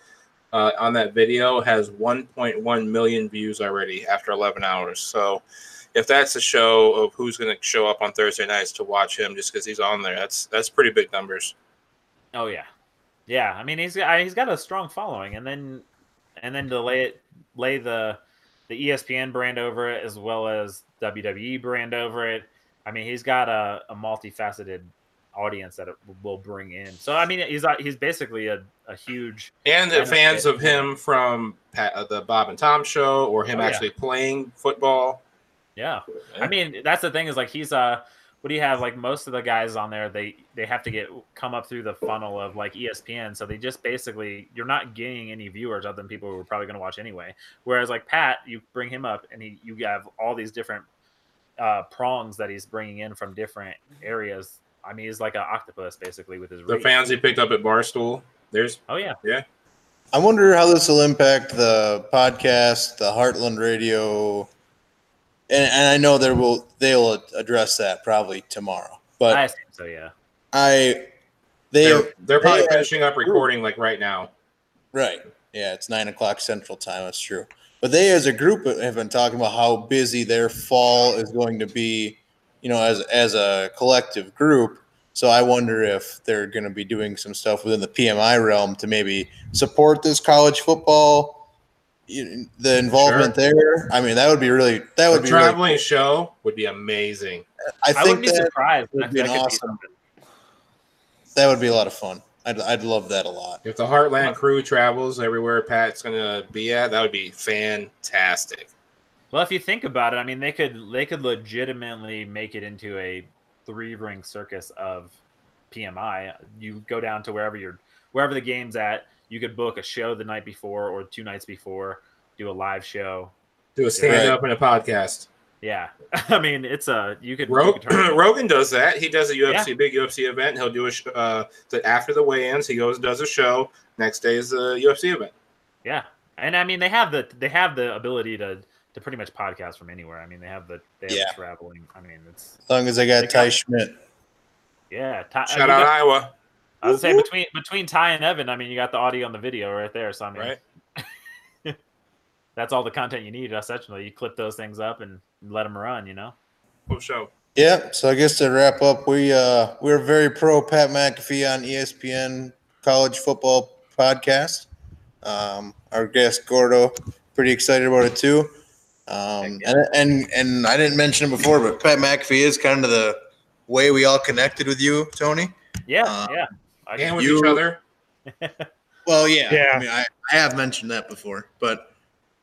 [SPEAKER 4] uh, on that video has 1.1 million views already after 11 hours. So if that's a show of who's going to show up on Thursday nights to watch him just because he's on there, that's that's pretty big numbers.
[SPEAKER 5] Oh yeah, yeah. I mean, he's I- he's got a strong following, and then and then to lay it lay the the E ESPN brand over it as E well as WWE brand over it. I mean, he's got a, a multifaceted audience that it will bring in. So I mean, he's he's basically a, a huge
[SPEAKER 4] And the
[SPEAKER 5] Right.
[SPEAKER 4] fans of him from Pat, uh, the Bob and Tom show, or him
[SPEAKER 5] Oh, yeah.
[SPEAKER 4] actually playing football.
[SPEAKER 5] yeah. I mean, that's the thing is like he's uh what do you have like most of the guys on there they they have to get come up through the funnel of like E ESPN so they just basically you're not getting any viewers other than people who are probably going to watch anyway whereas like Pat you bring him up and he you have all these different uh prongs that he's bringing in from different areas I mean he's like an octopus basically with his
[SPEAKER 4] the
[SPEAKER 5] reach.
[SPEAKER 4] fans he picked up at Barstool. There's
[SPEAKER 5] oh yeah
[SPEAKER 2] I wonder how this will impact the podcast, the Heartland Radio, and, and I know there will they'll address that probably tomorrow.
[SPEAKER 5] I
[SPEAKER 2] But
[SPEAKER 5] assume so yeah
[SPEAKER 2] I, they
[SPEAKER 4] they're, they're probably
[SPEAKER 2] they-
[SPEAKER 4] finishing up recording like right now.
[SPEAKER 2] right, yeah, it's nine o'clock Central Time. That's true. But they, as a group, have been talking about how busy their fall is going to be, you know, as as a collective group. So I wonder if they're going to be doing some stuff within the PMI realm to maybe support this college football, you- the involvement there. I mean, that would be really that
[SPEAKER 4] A
[SPEAKER 2] would be. really-
[SPEAKER 4] traveling show would be amazing.
[SPEAKER 2] I
[SPEAKER 5] I, wouldn't
[SPEAKER 2] think
[SPEAKER 5] be
[SPEAKER 2] that
[SPEAKER 5] surprised
[SPEAKER 2] would
[SPEAKER 5] That-
[SPEAKER 2] be
[SPEAKER 5] that
[SPEAKER 2] an
[SPEAKER 5] could
[SPEAKER 2] awesome-
[SPEAKER 5] something.
[SPEAKER 2] that would be a lot of fun. I'd I'd love that a lot.
[SPEAKER 4] If the Heartland crew travels everywhere Pat's gonna be at, that would be fantastic.
[SPEAKER 5] Well, if you think about it, I mean, they could they could legitimately make it into a three ring circus of PMI. You go down to wherever you're wherever the game's at. You could book a show the night before or two nights before, do a live show.
[SPEAKER 4] Do a stand up and a podcast.
[SPEAKER 5] Yeah, (laughs) I mean, it's a you could, you
[SPEAKER 4] Rog-
[SPEAKER 5] could
[SPEAKER 4] (clears throat)
[SPEAKER 5] turn-
[SPEAKER 4] Rogan does that. He does a UFC big UFC event. He'll do a sh- uh, the, after the weigh-ins. He goes does a show. Next day is the UFC event.
[SPEAKER 5] yeah. And I mean, they have the they have the ability to to pretty much podcast from anywhere. I mean, they have the they have
[SPEAKER 2] Yeah.
[SPEAKER 5] the traveling. I mean, it's
[SPEAKER 2] As long as I got
[SPEAKER 5] Like,
[SPEAKER 2] Ty Schmidt,
[SPEAKER 5] yeah. Ty,
[SPEAKER 4] Shout
[SPEAKER 5] you
[SPEAKER 4] out
[SPEAKER 5] got-
[SPEAKER 4] Iowa.
[SPEAKER 5] I would say
[SPEAKER 2] Mm-hmm.
[SPEAKER 5] between between Ty and Evan, I mean, you got the audio and the video right there. So I mean,
[SPEAKER 4] Right.
[SPEAKER 5] (laughs) that's all the content you need. Essentially, you clip those things up and let them run. You know.
[SPEAKER 4] Cool show.
[SPEAKER 2] Yeah, so I guess to wrap up, we uh we're very pro Pat McAfee on E ESPN College Football Podcast. Um, our guest Gordo, pretty excited about it too. Um, and and and I didn't mention it before, but Pat McAfee is kind of the way we all connected with you, Tony.
[SPEAKER 5] Yeah,
[SPEAKER 2] Uh,
[SPEAKER 5] yeah. I
[SPEAKER 4] And with
[SPEAKER 2] You-
[SPEAKER 4] each other.
[SPEAKER 2] Well, yeah,
[SPEAKER 6] Yeah.
[SPEAKER 2] I mean, I, I have mentioned that before, but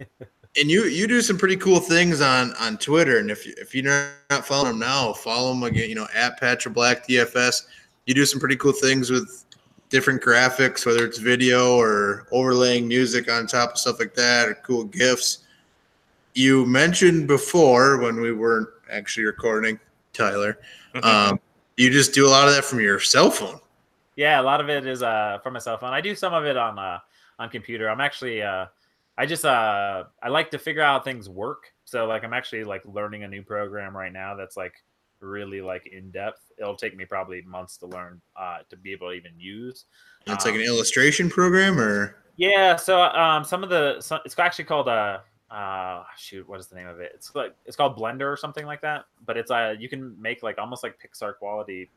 [SPEAKER 2] and you you do some pretty cool things on on Twitter, and if you, if you're not following him now, follow him again. You know, at Patrick Black DFS. You do some pretty cool things with different graphics, whether it's video or overlaying music on top of stuff like that, or cool gifs. You mentioned before when we weren't actually recording, Tyler. Um, you just do a lot of that from your cell phone.
[SPEAKER 5] yeah, a lot of it is uh from my cell phone. I do some of it on uh on computer. I'm actually uh I just uh I like to figure out how things work. So like I'm actually like learning a new program right now that's like really like in depth. It'll take me probably months to learn uh to be able to even use. Um,
[SPEAKER 2] It's
[SPEAKER 5] Ah.
[SPEAKER 2] like an illustration program, or
[SPEAKER 5] Yeah, so um, some of the so it's actually called uh, uh shoot, what is the name of it? It's like it's called Blender or something like that. But it's uh you can make like almost like Pixar quality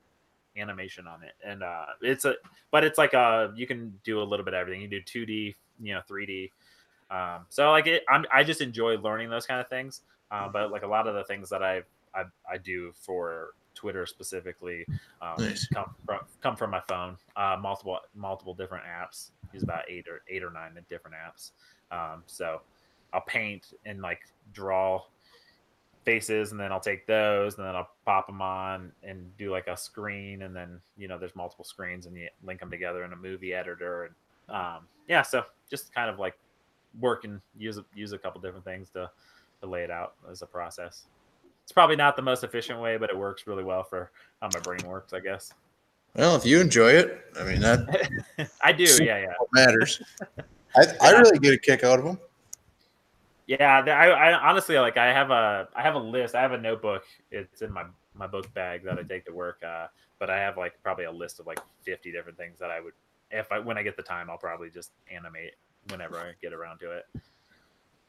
[SPEAKER 5] animation on it, and uh it's a but it's like uh you can do a little bit of everything. You do two D, you know, three D. Um, so like it, I'm I just enjoy learning those kind of things. Uh, but like a lot of the things that I I, I do for Twitter specifically um,
[SPEAKER 2] Nice.
[SPEAKER 5] come from come from my phone. Uh, multiple multiple different apps. Use about eight or eight or nine different apps. Um, so I'll paint and like draw faces, and then I'll take those, and then I'll pop them on and do like a screen, and then you know there's multiple screens, and you link them together in a movie editor, and um, yeah, so just kind of like work and use a- use a couple different things to to lay it out as a process. It's probably not the most efficient way, but it works really well for how my brain works, I guess.
[SPEAKER 2] Well, if you enjoy it, I mean that (laughs)
[SPEAKER 5] I do, yeah, yeah.
[SPEAKER 2] matters. I, I
[SPEAKER 5] Yeah.
[SPEAKER 2] really get a kick out of them.
[SPEAKER 5] Yeah, th- I, I honestly like I have a I have a list. I have a notebook. It's in my my book bag that I take to work. Uh, but I have like probably a list of like fifty different things that I would if I when I get the time I'll probably just animate whenever I get around to it.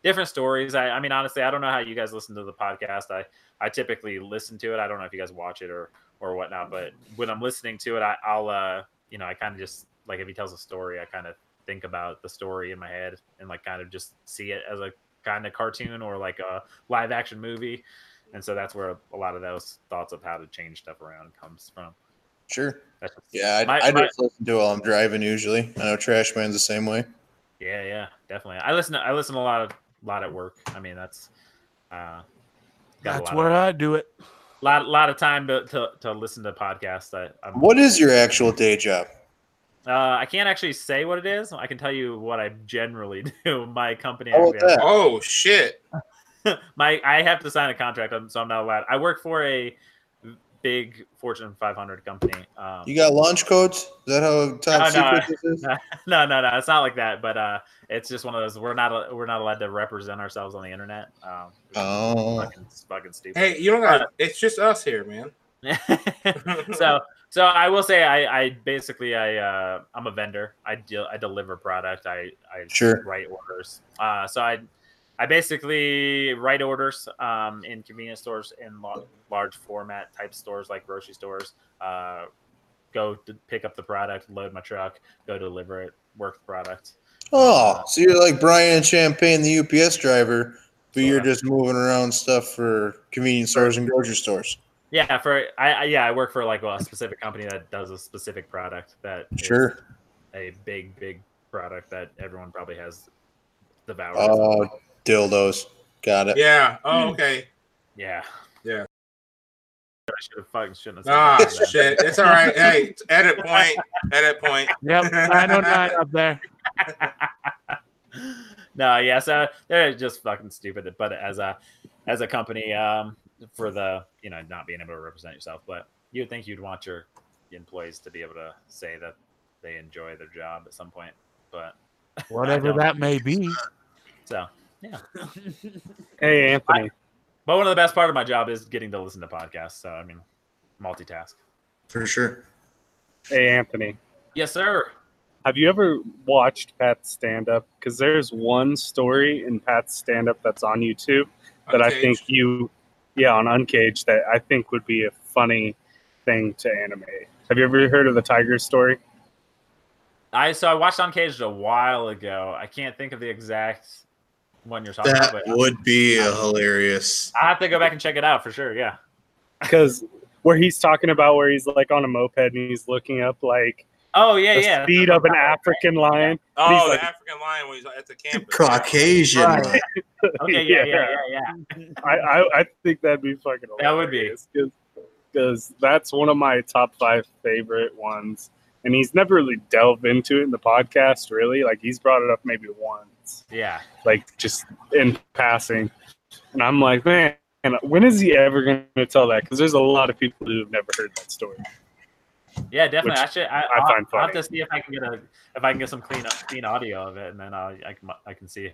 [SPEAKER 5] Different stories. I, I mean, honestly, I don't know how you guys listen to the podcast. I I typically listen to it. I don't know if you guys watch it or or whatnot. But when I'm listening to it, I, I'll uh you know I kind of just like if he tells a story, I kind of think about the story in my head and like kind of just see it as a kind of cartoon or like a live action movie. And so that's where a lot of those thoughts of how to change stuff around comes from.
[SPEAKER 2] Sure.
[SPEAKER 5] That's-
[SPEAKER 2] Yeah, I,
[SPEAKER 5] My-
[SPEAKER 2] I
[SPEAKER 5] my-
[SPEAKER 2] just listen to it while I'm driving usually. I know Trash Man's the same way.
[SPEAKER 5] Yeah, yeah, definitely. I listen. To, I listen to a lot of lot at work. I mean, that's uh, got
[SPEAKER 3] That's
[SPEAKER 5] a lot
[SPEAKER 3] where
[SPEAKER 5] of,
[SPEAKER 3] I do it.
[SPEAKER 5] lot lot of time to, to, to listen to podcasts. I I'm,
[SPEAKER 2] What is your actual day job?
[SPEAKER 5] Uh, I can't actually say what it is. I can tell you what I generally (laughs) do. My company.
[SPEAKER 2] How about
[SPEAKER 5] actually has-
[SPEAKER 4] Oh shit!
[SPEAKER 5] (laughs) my I have to sign a contract, um, so I'm not allowed. I work for a big Fortune 500 company. Um,
[SPEAKER 2] You got launch codes? Is that how top
[SPEAKER 5] No, no.
[SPEAKER 2] secret this is?
[SPEAKER 5] no, no, no. It's not like that. But uh, it's just one of those. We're not. We're not allowed to represent ourselves on the internet. Um, which is
[SPEAKER 2] Oh,
[SPEAKER 5] fucking, it's fucking stupid.
[SPEAKER 4] Hey, you (laughs) don't got. It's just us here, (laughs) man.
[SPEAKER 5] (laughs) so, so I will say, I, I basically, I, uh, I'm a vendor. I deal. I deliver product. I, I
[SPEAKER 2] Sure.
[SPEAKER 5] write orders. Uh, so I, I basically write orders um, in convenience stores in lo- large format type stores like grocery stores. Uh, go to pick up the product, load my truck, go deliver it, work the product.
[SPEAKER 2] oh, so you're like Brian Champagne, the UPS driver, but you're just moving around stuff for convenience stores and grocery stores.
[SPEAKER 5] Yeah, for I, I yeah, I work for like a specific company that does a specific product that is
[SPEAKER 2] Sure.
[SPEAKER 5] a big big product that everyone probably has devoured.
[SPEAKER 2] Oh, dildos. Got it.
[SPEAKER 4] (laughs) Yeah. Oh, (laughs) okay.
[SPEAKER 5] yeah,
[SPEAKER 4] Yeah.
[SPEAKER 5] I should have fucking shouldn't have. said
[SPEAKER 4] Ah,
[SPEAKER 5] that.
[SPEAKER 4] shit. It's all right. Hey, edit point. Edit point.
[SPEAKER 3] Yep, 909 up there.
[SPEAKER 5] (laughs) no, yeah, so they're just fucking stupid. But as a as a company, um, for the you know not being able to represent yourself, but you would think you'd want your employees to be able to say that they enjoy their job at some point. But
[SPEAKER 3] Whatever
[SPEAKER 5] don't-
[SPEAKER 3] that may be.
[SPEAKER 5] so,
[SPEAKER 6] Hey, Anthony.
[SPEAKER 5] but one of the best part of my job is getting to listen to podcasts. So I mean, multitask.
[SPEAKER 2] For sure.
[SPEAKER 6] Hey, Anthony.
[SPEAKER 5] Yes, sir.
[SPEAKER 6] Have you ever watched Pat's stand up? Because there's one story in Pat's stand up that's on YouTube that I
[SPEAKER 4] Uncaged.
[SPEAKER 6] think you, yeah, on Uncaged, that I think would be a funny thing to animate. Have you ever heard of the tiger story? (laughs)
[SPEAKER 5] I so I watched Uncaged a while ago. I can't think of the exact one you're talking
[SPEAKER 2] That
[SPEAKER 5] about, but
[SPEAKER 2] would be a hilarious.
[SPEAKER 5] I have to go back and check it out for sure. Yeah.
[SPEAKER 6] Because where he's talking about where he's like on a moped and he's looking up like
[SPEAKER 5] Oh yeah,
[SPEAKER 6] the (laughs)
[SPEAKER 5] yeah.
[SPEAKER 6] speed of an African lion.
[SPEAKER 4] Oh,
[SPEAKER 6] He's
[SPEAKER 4] the
[SPEAKER 6] like-
[SPEAKER 4] African lion when he's at the campus.
[SPEAKER 2] Caucasian.
[SPEAKER 3] Right.
[SPEAKER 5] Okay, yeah, yeah, yeah, yeah.
[SPEAKER 6] I, I, I think that'd be fucking.
[SPEAKER 5] That would be.
[SPEAKER 6] because that's one of my top five favorite ones, and he's never really delved into it in the podcast. Really, like he's brought it up maybe once,
[SPEAKER 5] Yeah.
[SPEAKER 6] like just in passing, and I'm like, man. when is he ever going to tell that? Because there's a lot of people who have never heard
[SPEAKER 2] (laughs)
[SPEAKER 6] that story.
[SPEAKER 5] Yeah, definitely.
[SPEAKER 6] Which
[SPEAKER 5] I should. I,
[SPEAKER 6] I
[SPEAKER 5] I'll,
[SPEAKER 6] find
[SPEAKER 5] I'll have
[SPEAKER 6] funny.
[SPEAKER 5] to see if I can get a if I can get some clean clean audio of it, and then I'll, I can I can see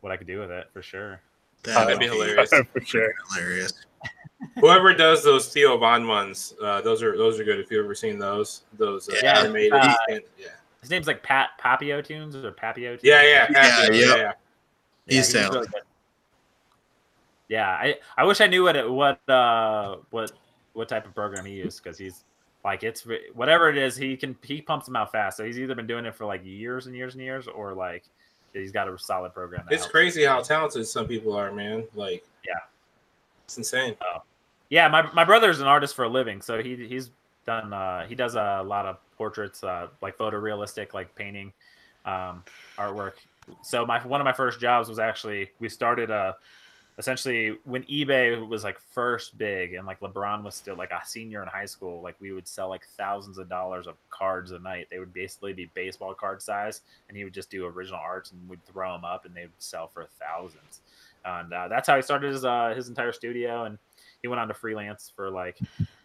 [SPEAKER 5] what I can do with it for sure.
[SPEAKER 2] That
[SPEAKER 6] Uh,
[SPEAKER 4] That'd be
[SPEAKER 6] (laughs)
[SPEAKER 4] hilarious.
[SPEAKER 6] For sure.
[SPEAKER 2] hilarious.
[SPEAKER 4] Whoever does those Theo Von ones, uh, those are those are good. If you've ever seen those, those uh,
[SPEAKER 2] Yeah,
[SPEAKER 4] animated.
[SPEAKER 5] uh,
[SPEAKER 4] yeah.
[SPEAKER 5] His name's like Pat Papio Tunes or Papio. Tunes.
[SPEAKER 4] Yeah, yeah, yeah,
[SPEAKER 2] Yeah,
[SPEAKER 4] yeah,
[SPEAKER 2] yep.
[SPEAKER 4] yeah.
[SPEAKER 2] He
[SPEAKER 5] he's
[SPEAKER 2] sounds-
[SPEAKER 5] really good. yeah, I I wish I knew what it, what uh what what type of program he used because he's like it's re- whatever it is he can he pumps them out fast. So he's either been doing it for like years and years and years, or like he's got a solid program. that
[SPEAKER 4] It's
[SPEAKER 5] helps.
[SPEAKER 4] crazy how talented some people are, man. Like,
[SPEAKER 5] Yeah.
[SPEAKER 4] it's insane.
[SPEAKER 5] Yeah, my my brother's an artist for a living, so he he's done uh, he does a lot of portraits, uh, like photorealistic, like painting, um, artwork. So my one of my first jobs was actually we started a essentially when eBay was like first big and like LeBron was still like a senior in high school, like we would sell like thousands of dollars of cards a night. They would basically be baseball card size, and he would just do original arts and we'd throw them up and they would sell for thousands. And uh, that's how he started his uh, his entire studio and he went on to freelance for like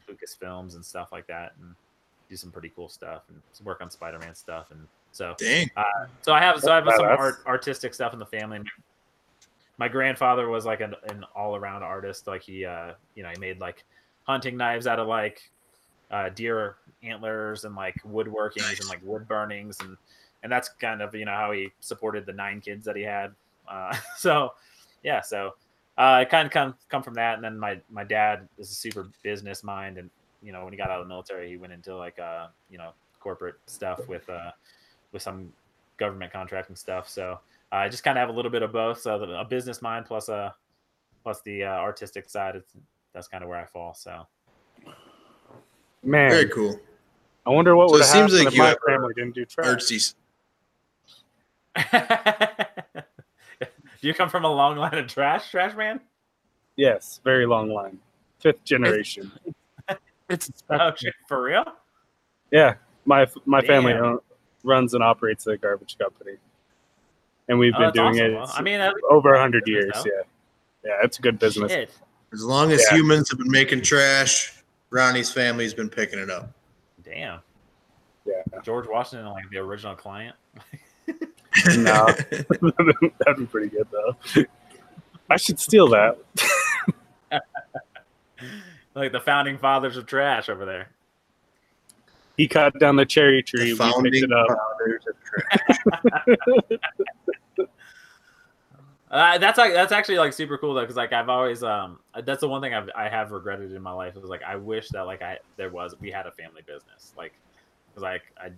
[SPEAKER 5] Lucasfilms and stuff like that, and do some pretty cool stuff and work on Spider Man stuff. And so, uh,
[SPEAKER 2] Dang.
[SPEAKER 5] so I have so I have
[SPEAKER 6] Wow,
[SPEAKER 5] some
[SPEAKER 6] that's-
[SPEAKER 5] art, artistic stuff in the family. My grandfather was like an, an all around artist. Like he, uh, you know, he made like hunting knives out of like uh, deer antlers and like woodworkings and like wood burnings and and that's kind of you know how he supported the nine kids that he had. Uh, (laughs) so yeah, so uh, it kind of come come from that. And then my my dad is a super business mind, and you know when he got out of the military, he went into like uh you know corporate stuff with uh with some government contracting stuff. So uh, I just kind of have a little bit of both. So the, a business mind plus a uh, plus the uh, artistic side. It's, that's kind of where I fall. So
[SPEAKER 6] Man,
[SPEAKER 2] Very cool.
[SPEAKER 6] I wonder what
[SPEAKER 2] So
[SPEAKER 6] would
[SPEAKER 2] it
[SPEAKER 6] have
[SPEAKER 2] seems
[SPEAKER 6] happened
[SPEAKER 2] like
[SPEAKER 6] if
[SPEAKER 2] you
[SPEAKER 6] my
[SPEAKER 2] have a-
[SPEAKER 6] family didn't do track.
[SPEAKER 2] Artsy.
[SPEAKER 5] (laughs) you come from a long line of trash, trash
[SPEAKER 6] (laughs)
[SPEAKER 5] man?
[SPEAKER 6] Yes, very long line, fifth generation.
[SPEAKER 3] It's
[SPEAKER 5] Oh shit, for real?
[SPEAKER 6] Yeah, my my family
[SPEAKER 5] Damn.
[SPEAKER 6] own, runs and operates a garbage company, and we've
[SPEAKER 5] Oh,
[SPEAKER 6] been
[SPEAKER 5] that's
[SPEAKER 6] doing
[SPEAKER 5] awesome.
[SPEAKER 6] it.
[SPEAKER 5] Well,
[SPEAKER 6] s-
[SPEAKER 5] I mean, at least
[SPEAKER 6] over a hundred years.
[SPEAKER 5] business, though.
[SPEAKER 6] Yeah, yeah, it's a good business.
[SPEAKER 5] Shit.
[SPEAKER 2] As long as
[SPEAKER 6] Yeah.
[SPEAKER 2] humans have been making trash, Ronnie's family's been picking it up.
[SPEAKER 5] Damn.
[SPEAKER 6] Yeah.
[SPEAKER 5] George Washington, like the original client.
[SPEAKER 6] No. (laughs) That'd be pretty good though. I should steal that.
[SPEAKER 5] Like the founding fathers of trash over there.
[SPEAKER 6] He cut down the cherry
[SPEAKER 2] the
[SPEAKER 6] tree. We picked
[SPEAKER 2] founding
[SPEAKER 6] it up.
[SPEAKER 2] fathers of trash.
[SPEAKER 5] Uh, that's like that's actually like super cool though, because like I've always um that's the one thing I've I have regretted in my life is like I wish that like I there was we had a family business like because like I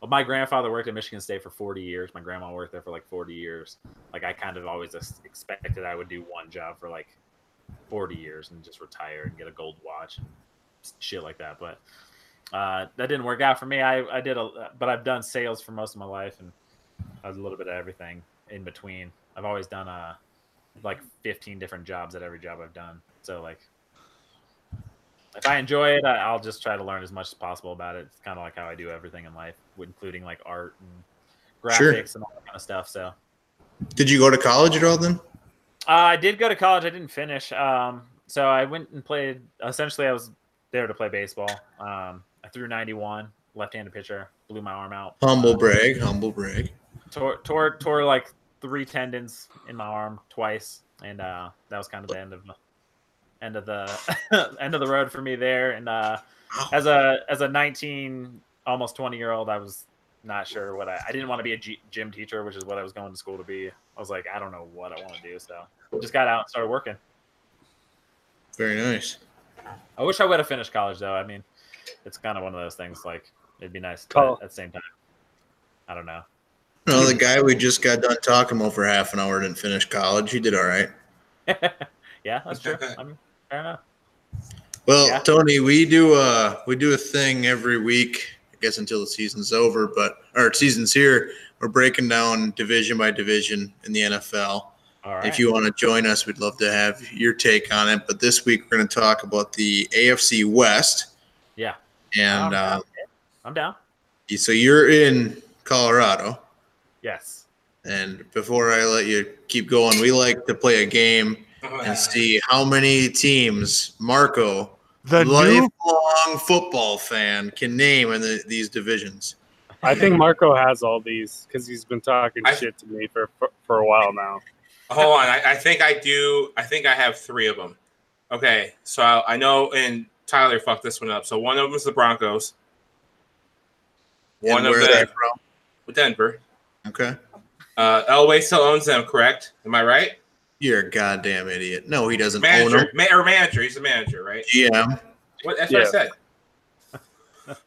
[SPEAKER 5] well, my grandfather worked at Michigan State for forty years, my grandma worked there for like forty years. Like I kind of always ex- expected I would do one job for like forty years and just retire and get a gold watch and shit like that, but uh, that didn't work out for me. I I did a but I've done sales for most of my life and I was a little bit of everything in between. I've always done uh like 15 different jobs at every job I've done. So like if I enjoy it, I, I'll just try to learn as much as possible about it. It's kind of like how I do everything in life, including like art and
[SPEAKER 2] Sure.
[SPEAKER 5] graphics and all that kind of stuff. So
[SPEAKER 2] Did you go to college at all then?
[SPEAKER 5] uh, I did go to college. I didn't finish. Um, so I went and played. Essentially, I was there to play baseball. Um, I threw 91, left-handed pitcher, blew my arm out. Um,
[SPEAKER 2] Humble brag, humble brag.
[SPEAKER 5] tore tore tore like three tendons in my arm twice, and uh, that was kind of the end of end of the (laughs) end of the road for me there. And uh, as a as a nineteen, almost twenty year old, I was not sure what I I didn't want to be a G- gym teacher, which is what I was going to school to be. I was like, I don't know what I want to do, so just got out and started working.
[SPEAKER 2] Very nice.
[SPEAKER 5] I wish I would have finished college though. I mean, it's kind of one of those things. Like it'd be nice,
[SPEAKER 6] Call.
[SPEAKER 5] but at the same time, I don't know. (laughs)
[SPEAKER 2] Well, the guy we just got done talking about for half an hour didn't finish college. He did all right.
[SPEAKER 5] yeah, that's true. I mean, fair enough.
[SPEAKER 2] Well,
[SPEAKER 5] Yeah.
[SPEAKER 2] Tony, we do a we do a thing every week. I guess until the season's over, but our season's here. We're breaking down division by division in the NFL.
[SPEAKER 5] All right.
[SPEAKER 2] If you want to join us, we'd love to have your take on it. But this week we're going to talk about the AFC West.
[SPEAKER 5] Yeah.
[SPEAKER 2] And
[SPEAKER 5] I'm
[SPEAKER 2] uh,
[SPEAKER 5] down. I'm down.
[SPEAKER 2] so you're in Colorado.
[SPEAKER 5] Yes.
[SPEAKER 2] And before I let you keep going, we like to play a game
[SPEAKER 5] Uh.
[SPEAKER 4] Uh,
[SPEAKER 2] and see how many teams Marco,
[SPEAKER 3] the new
[SPEAKER 2] lifelong football fan, can name in the, these divisions.
[SPEAKER 6] I think Marco has all these because he's been talking
[SPEAKER 4] I-
[SPEAKER 6] shit to me for, for for a while now.
[SPEAKER 4] Hold on, I, I think I do. I think I have three of them. Okay, so I, I know, and Tyler fucked this one up. So one of them is the Broncos,
[SPEAKER 2] And
[SPEAKER 4] One of
[SPEAKER 2] where
[SPEAKER 4] the-
[SPEAKER 2] they're from.
[SPEAKER 4] with Denver.
[SPEAKER 2] Okay.
[SPEAKER 4] Uh, Elway still owns them, correct? Am I right?
[SPEAKER 2] You're a goddamn idiot. No, he doesn't own
[SPEAKER 4] Manager
[SPEAKER 2] them.
[SPEAKER 4] ma- or manager? He's a manager, right?
[SPEAKER 2] (laughs) GM.
[SPEAKER 4] What, that's
[SPEAKER 6] Yeah.
[SPEAKER 4] what
[SPEAKER 2] (laughs)
[SPEAKER 4] I said.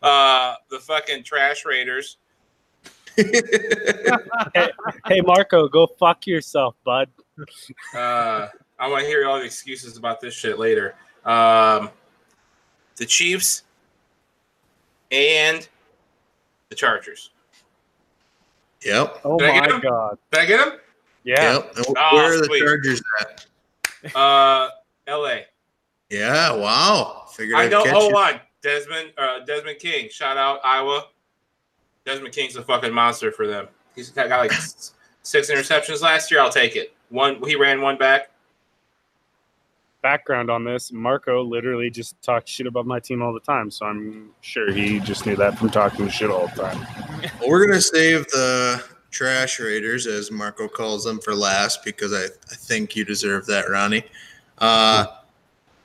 [SPEAKER 4] Uh, the fucking trash Raiders.
[SPEAKER 6] Hey Marco, go fuck yourself, bud.
[SPEAKER 4] Uh, I want to hear all the excuses about this shit later. Um, the Chiefs and the Chargers.
[SPEAKER 2] yep.
[SPEAKER 6] Oh
[SPEAKER 4] Did I
[SPEAKER 6] my
[SPEAKER 4] get him?
[SPEAKER 6] god.
[SPEAKER 4] Did I get them?
[SPEAKER 6] Yeah.
[SPEAKER 2] Yep. And
[SPEAKER 4] Ah,
[SPEAKER 2] where are the
[SPEAKER 4] sweet.
[SPEAKER 2] Chargers at?
[SPEAKER 4] Uh, L.A.
[SPEAKER 2] Yeah. Wow. Figured
[SPEAKER 4] I
[SPEAKER 2] I'd
[SPEAKER 4] know. oh,
[SPEAKER 2] catch
[SPEAKER 4] Hold
[SPEAKER 2] you.
[SPEAKER 4] on, Desmond. Uh, Desmond King. Shout out Iowa. Desmond King's a fucking monster for them. He's got got like s- six interceptions last year. I'll take it. One. He ran one back. (laughs)
[SPEAKER 6] Background on this: Marco literally just talks shit about my team all the time, so I'm sure he just knew that from talking shit all the time.
[SPEAKER 2] Well, we're gonna save the trash raiders, as Marco calls them, for last because I, I think you deserve that, Ronnie. Uh,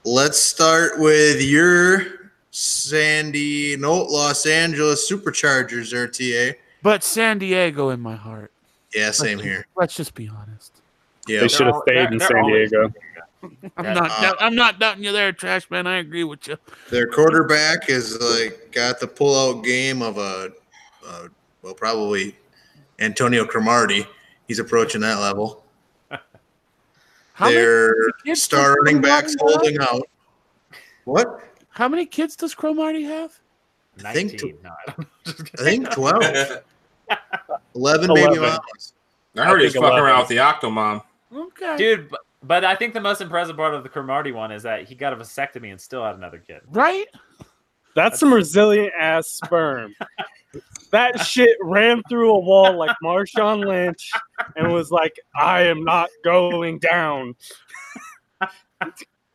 [SPEAKER 2] let's start with your Sandy, no, Los Angeles Superchargers, RTA.
[SPEAKER 3] but San Diego in my heart.
[SPEAKER 2] Yeah, same here.
[SPEAKER 3] Let's just be honest.
[SPEAKER 2] Yeah,
[SPEAKER 6] They should have
[SPEAKER 5] all-
[SPEAKER 6] stayed
[SPEAKER 5] they're-
[SPEAKER 6] in
[SPEAKER 5] they're
[SPEAKER 6] San
[SPEAKER 5] always-
[SPEAKER 6] Diego.
[SPEAKER 3] I'm
[SPEAKER 5] Yeah.
[SPEAKER 3] not.
[SPEAKER 2] Uh,
[SPEAKER 3] I'm not doubting you there, trash man. I agree with you.
[SPEAKER 2] their quarterback is like got the pullout game of a, uh, well, probably Antonio Cromartie. He's approaching that level.
[SPEAKER 3] How many
[SPEAKER 2] Their
[SPEAKER 3] kids
[SPEAKER 2] star
[SPEAKER 3] does
[SPEAKER 2] running backs
[SPEAKER 3] Cromartie have?
[SPEAKER 2] holding out. What?
[SPEAKER 3] How many kids does Cromarty have?
[SPEAKER 2] I think tw-
[SPEAKER 5] 19. No, I don't know. Just
[SPEAKER 2] I
[SPEAKER 5] kidding.
[SPEAKER 2] think 12.
[SPEAKER 4] I
[SPEAKER 2] 11 baby
[SPEAKER 6] 11.
[SPEAKER 2] mamas.
[SPEAKER 4] heard he's
[SPEAKER 6] think
[SPEAKER 4] fucking around with
[SPEAKER 6] 11.
[SPEAKER 4] the Octomom.
[SPEAKER 3] Okay.
[SPEAKER 5] Dude, but, but I think the most impressive part of the Cromartie one is that he got a vasectomy and still had another kid.
[SPEAKER 3] Right?
[SPEAKER 6] That's some resilient ass sperm. that shit ran through a wall like Marshawn Lynch and was like, I am not going down.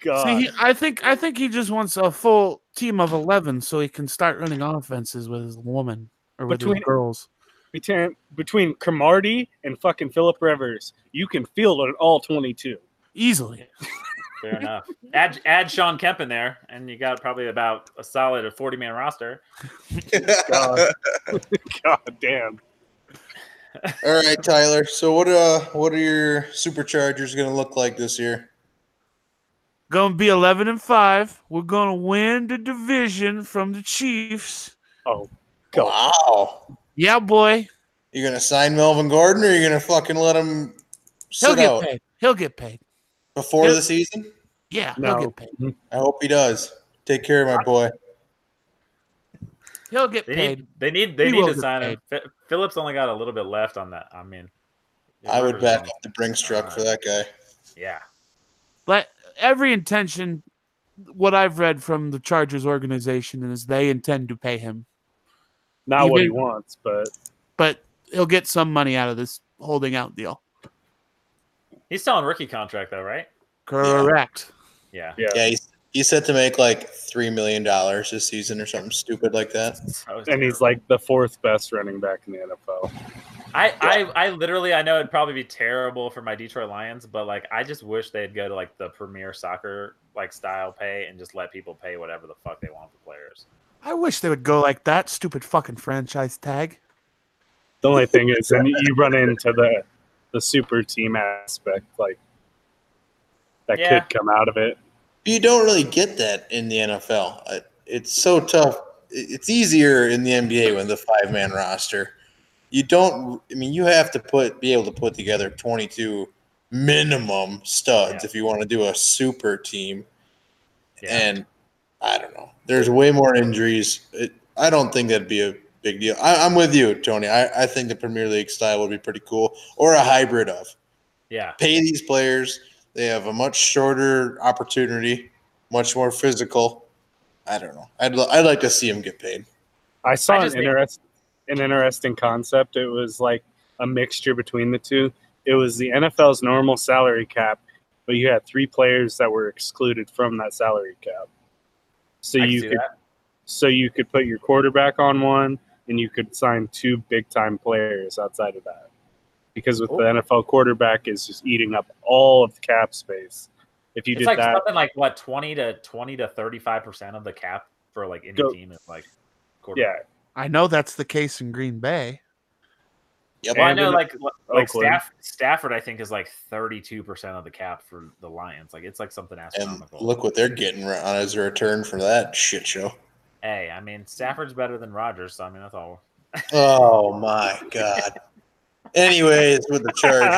[SPEAKER 6] God.
[SPEAKER 3] See, he, I think I think he just wants a full team of eleven so he can start running offenses with his woman or with
[SPEAKER 6] Between-
[SPEAKER 3] his girls.
[SPEAKER 6] between, between Cromartie and fucking Philip Rivers, you can field an all 22.
[SPEAKER 3] Easily.
[SPEAKER 5] Fair enough. Add add Sean Kemp in there, and you got probably about a solid of forty man roster.
[SPEAKER 6] (laughs)
[SPEAKER 3] (laughs)
[SPEAKER 6] God damn.
[SPEAKER 2] All right, Tyler. So what uh what are your superchargers going to look like this year?
[SPEAKER 3] Gonna be eleven and five. We're gonna win the division from the Chiefs.
[SPEAKER 6] Oh, Go.
[SPEAKER 2] Wow.
[SPEAKER 3] Yeah, boy.
[SPEAKER 2] You're going to sign Melvin Gordon or you're going to fucking let him
[SPEAKER 3] He'll
[SPEAKER 2] sit
[SPEAKER 3] get
[SPEAKER 2] out
[SPEAKER 3] paid. He'll get paid.
[SPEAKER 2] before
[SPEAKER 3] He'll-
[SPEAKER 2] the season?
[SPEAKER 3] Yeah,
[SPEAKER 6] no.
[SPEAKER 3] he'll get paid.
[SPEAKER 2] I hope he does. Take care of my boy.
[SPEAKER 3] He'll get
[SPEAKER 5] They
[SPEAKER 3] paid.
[SPEAKER 5] need they need they
[SPEAKER 3] He
[SPEAKER 5] need
[SPEAKER 3] will
[SPEAKER 5] to
[SPEAKER 3] get
[SPEAKER 5] sign him. Phi- Phillips only got a little bit left on that. I mean,
[SPEAKER 2] I would back
[SPEAKER 5] bet.
[SPEAKER 2] up the Brinks truck for that guy.
[SPEAKER 5] Yeah,
[SPEAKER 3] But every intention what I've read from the Chargers organization is they intend to pay him.
[SPEAKER 6] Not
[SPEAKER 3] You
[SPEAKER 6] what
[SPEAKER 3] may-
[SPEAKER 6] he wants, but
[SPEAKER 3] But he'll get some money out of this holding out deal.
[SPEAKER 5] he's still on rookie contract though, right?
[SPEAKER 3] Correct.
[SPEAKER 5] Yeah,
[SPEAKER 6] yeah.
[SPEAKER 2] Yeah, he's, he's set to make like three million dollars this season or something stupid like that.
[SPEAKER 5] So is
[SPEAKER 6] And he's like the fourth best running back in the NFL.
[SPEAKER 5] I, I I literally I know it'd probably be terrible for my Detroit Lions, but like I just wish they'd go to like the premier soccer like style pay and just let people pay whatever the fuck they want for players.
[SPEAKER 3] I wish they would go like that stupid fucking franchise tag.
[SPEAKER 6] The only thing is, and you run into the the super team aspect, like that
[SPEAKER 5] Yeah.
[SPEAKER 6] could come out of it.
[SPEAKER 2] You don't really get that in the NFL. Uh, It's so tough. It- It's easier in the NBA when the five man roster. You don't. I mean, you have to put be able to put together twenty two minimum studs
[SPEAKER 5] Yeah.
[SPEAKER 2] if you want to do a super team.
[SPEAKER 5] Yeah.
[SPEAKER 2] And I don't know. There's way more injuries. It, I don't think that'd be a big deal. I, I'm with you, Tony. I, I think the Premier League style would be pretty cool, or a hybrid of
[SPEAKER 5] yeah.
[SPEAKER 2] pay these players. They have a much shorter opportunity, much more physical. I don't know. I'd, li- I'd like to see him get paid.
[SPEAKER 6] I saw
[SPEAKER 5] I
[SPEAKER 6] an
[SPEAKER 5] just think-
[SPEAKER 6] interest, an interesting concept. It was like a mixture between the two. It was the NFL's normal salary cap, but you had three players that were excluded from that salary cap. So
[SPEAKER 5] I can
[SPEAKER 6] you
[SPEAKER 5] see
[SPEAKER 6] could, so you could put your quarterback on one, and you could sign two big time players outside of that. Because with
[SPEAKER 5] Ooh.
[SPEAKER 6] the NFL quarterback is just eating up all of the cap space. If you
[SPEAKER 5] it's
[SPEAKER 6] did
[SPEAKER 5] like
[SPEAKER 6] that,
[SPEAKER 5] something like what twenty to twenty to thirty five percent of the cap for like any
[SPEAKER 6] Go-
[SPEAKER 5] team is like
[SPEAKER 6] yeah,
[SPEAKER 5] quarterback.
[SPEAKER 3] I know that's the case in Green Bay.
[SPEAKER 2] Yep.
[SPEAKER 5] Well, I
[SPEAKER 6] And
[SPEAKER 5] know
[SPEAKER 6] in
[SPEAKER 5] like like
[SPEAKER 6] Oakland.
[SPEAKER 5] Staff, Stafford I think is like thirty two percent of the cap for the Lions. Like it's like something
[SPEAKER 2] And
[SPEAKER 5] astronomical.
[SPEAKER 2] look what they're getting re- on as a return for that shit show.
[SPEAKER 5] hey, I mean Stafford's better than Rogers, so I mean that's all.
[SPEAKER 2] Oh my god. Anyways, with the Chargers,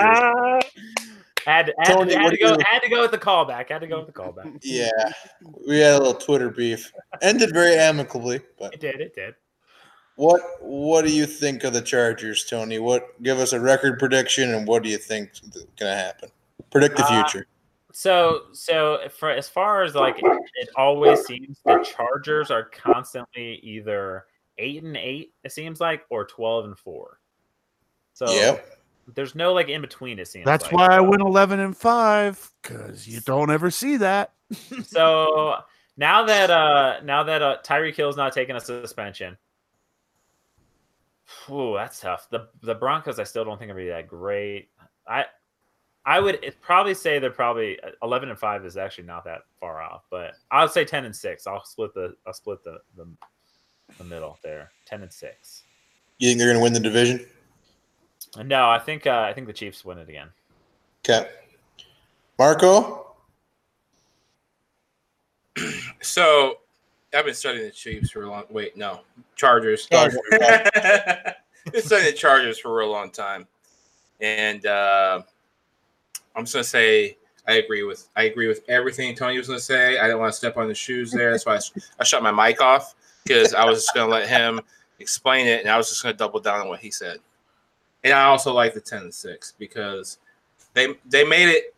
[SPEAKER 5] Had, had,
[SPEAKER 2] Tony,
[SPEAKER 5] had
[SPEAKER 2] what
[SPEAKER 5] to
[SPEAKER 2] do
[SPEAKER 5] go
[SPEAKER 2] you-
[SPEAKER 5] had to go with the callback. Had to go with the callback.
[SPEAKER 2] yeah, we had a little Twitter beef. Ended very amicably, but
[SPEAKER 5] It did. It did.
[SPEAKER 2] what what do you think of the Chargers, Tony? What give us a record prediction, and what do you think is going to happen? Predict the
[SPEAKER 5] Uh,
[SPEAKER 2] future.
[SPEAKER 5] So so for as far as like it, it always seems the Chargers are constantly either eight and eight it seems like or twelve and four. So
[SPEAKER 2] Yep.
[SPEAKER 5] there's no like in between. It seems
[SPEAKER 3] That's
[SPEAKER 5] like.
[SPEAKER 3] why I went 11 and 5 cuz you don't ever see that.
[SPEAKER 5] So now that uh now that uh, Tyreek Hill's not taking a suspension. Ooh, that's tough. The the Broncos I still don't think are gonna be that great. I I would it- probably say they're probably uh, eleven and five is actually not that far off, but I'll say ten and six. I'll split the I'll split the the, the middle there. Ten and six.
[SPEAKER 2] You think they're going to win the division?
[SPEAKER 5] No, I think uh, I think the Chiefs win it again.
[SPEAKER 2] Okay. Marco?
[SPEAKER 4] So I've been studying the Chiefs for a long. Wait, no, Chargers. (laughs)
[SPEAKER 2] Chargers.
[SPEAKER 4] been studying the Chargers for a real long time, and uh, I'm just gonna say I agree with I agree with everything Tony was going to say. I didn't want to step on his shoes there. That's why I, sh- I shut my mic off because I was just going to let him explain it, and I was just going to double down on what he said. And I also like the ten and six because they they made it.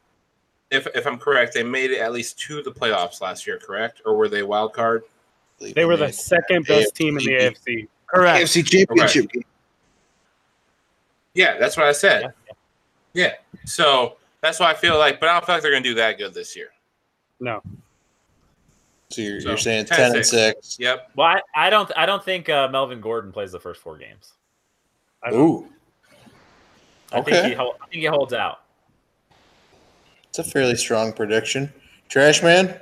[SPEAKER 4] If if I'm correct, they made it at least to the playoffs last year, correct? Or were they wild card?
[SPEAKER 6] They were the second best team in the AFC.
[SPEAKER 2] (laughs)
[SPEAKER 3] Correct.
[SPEAKER 7] AFC Championship game.
[SPEAKER 4] Yeah, that's what I said.
[SPEAKER 5] Yeah.
[SPEAKER 4] Yeah. So that's why I feel like, but I don't feel like they're going to do that good this year.
[SPEAKER 6] No,
[SPEAKER 2] So you're,
[SPEAKER 4] So,
[SPEAKER 2] you're saying
[SPEAKER 4] 10,
[SPEAKER 2] 10 and
[SPEAKER 4] six.
[SPEAKER 2] 6.
[SPEAKER 4] Yep.
[SPEAKER 5] Well, I, I don't I don't think uh, Melvin Gordon plays the first four games.
[SPEAKER 6] I don't-
[SPEAKER 2] Ooh,
[SPEAKER 5] I
[SPEAKER 2] Okay.
[SPEAKER 5] think he hol- I think he holds out.
[SPEAKER 2] it's a fairly strong prediction. Trash man?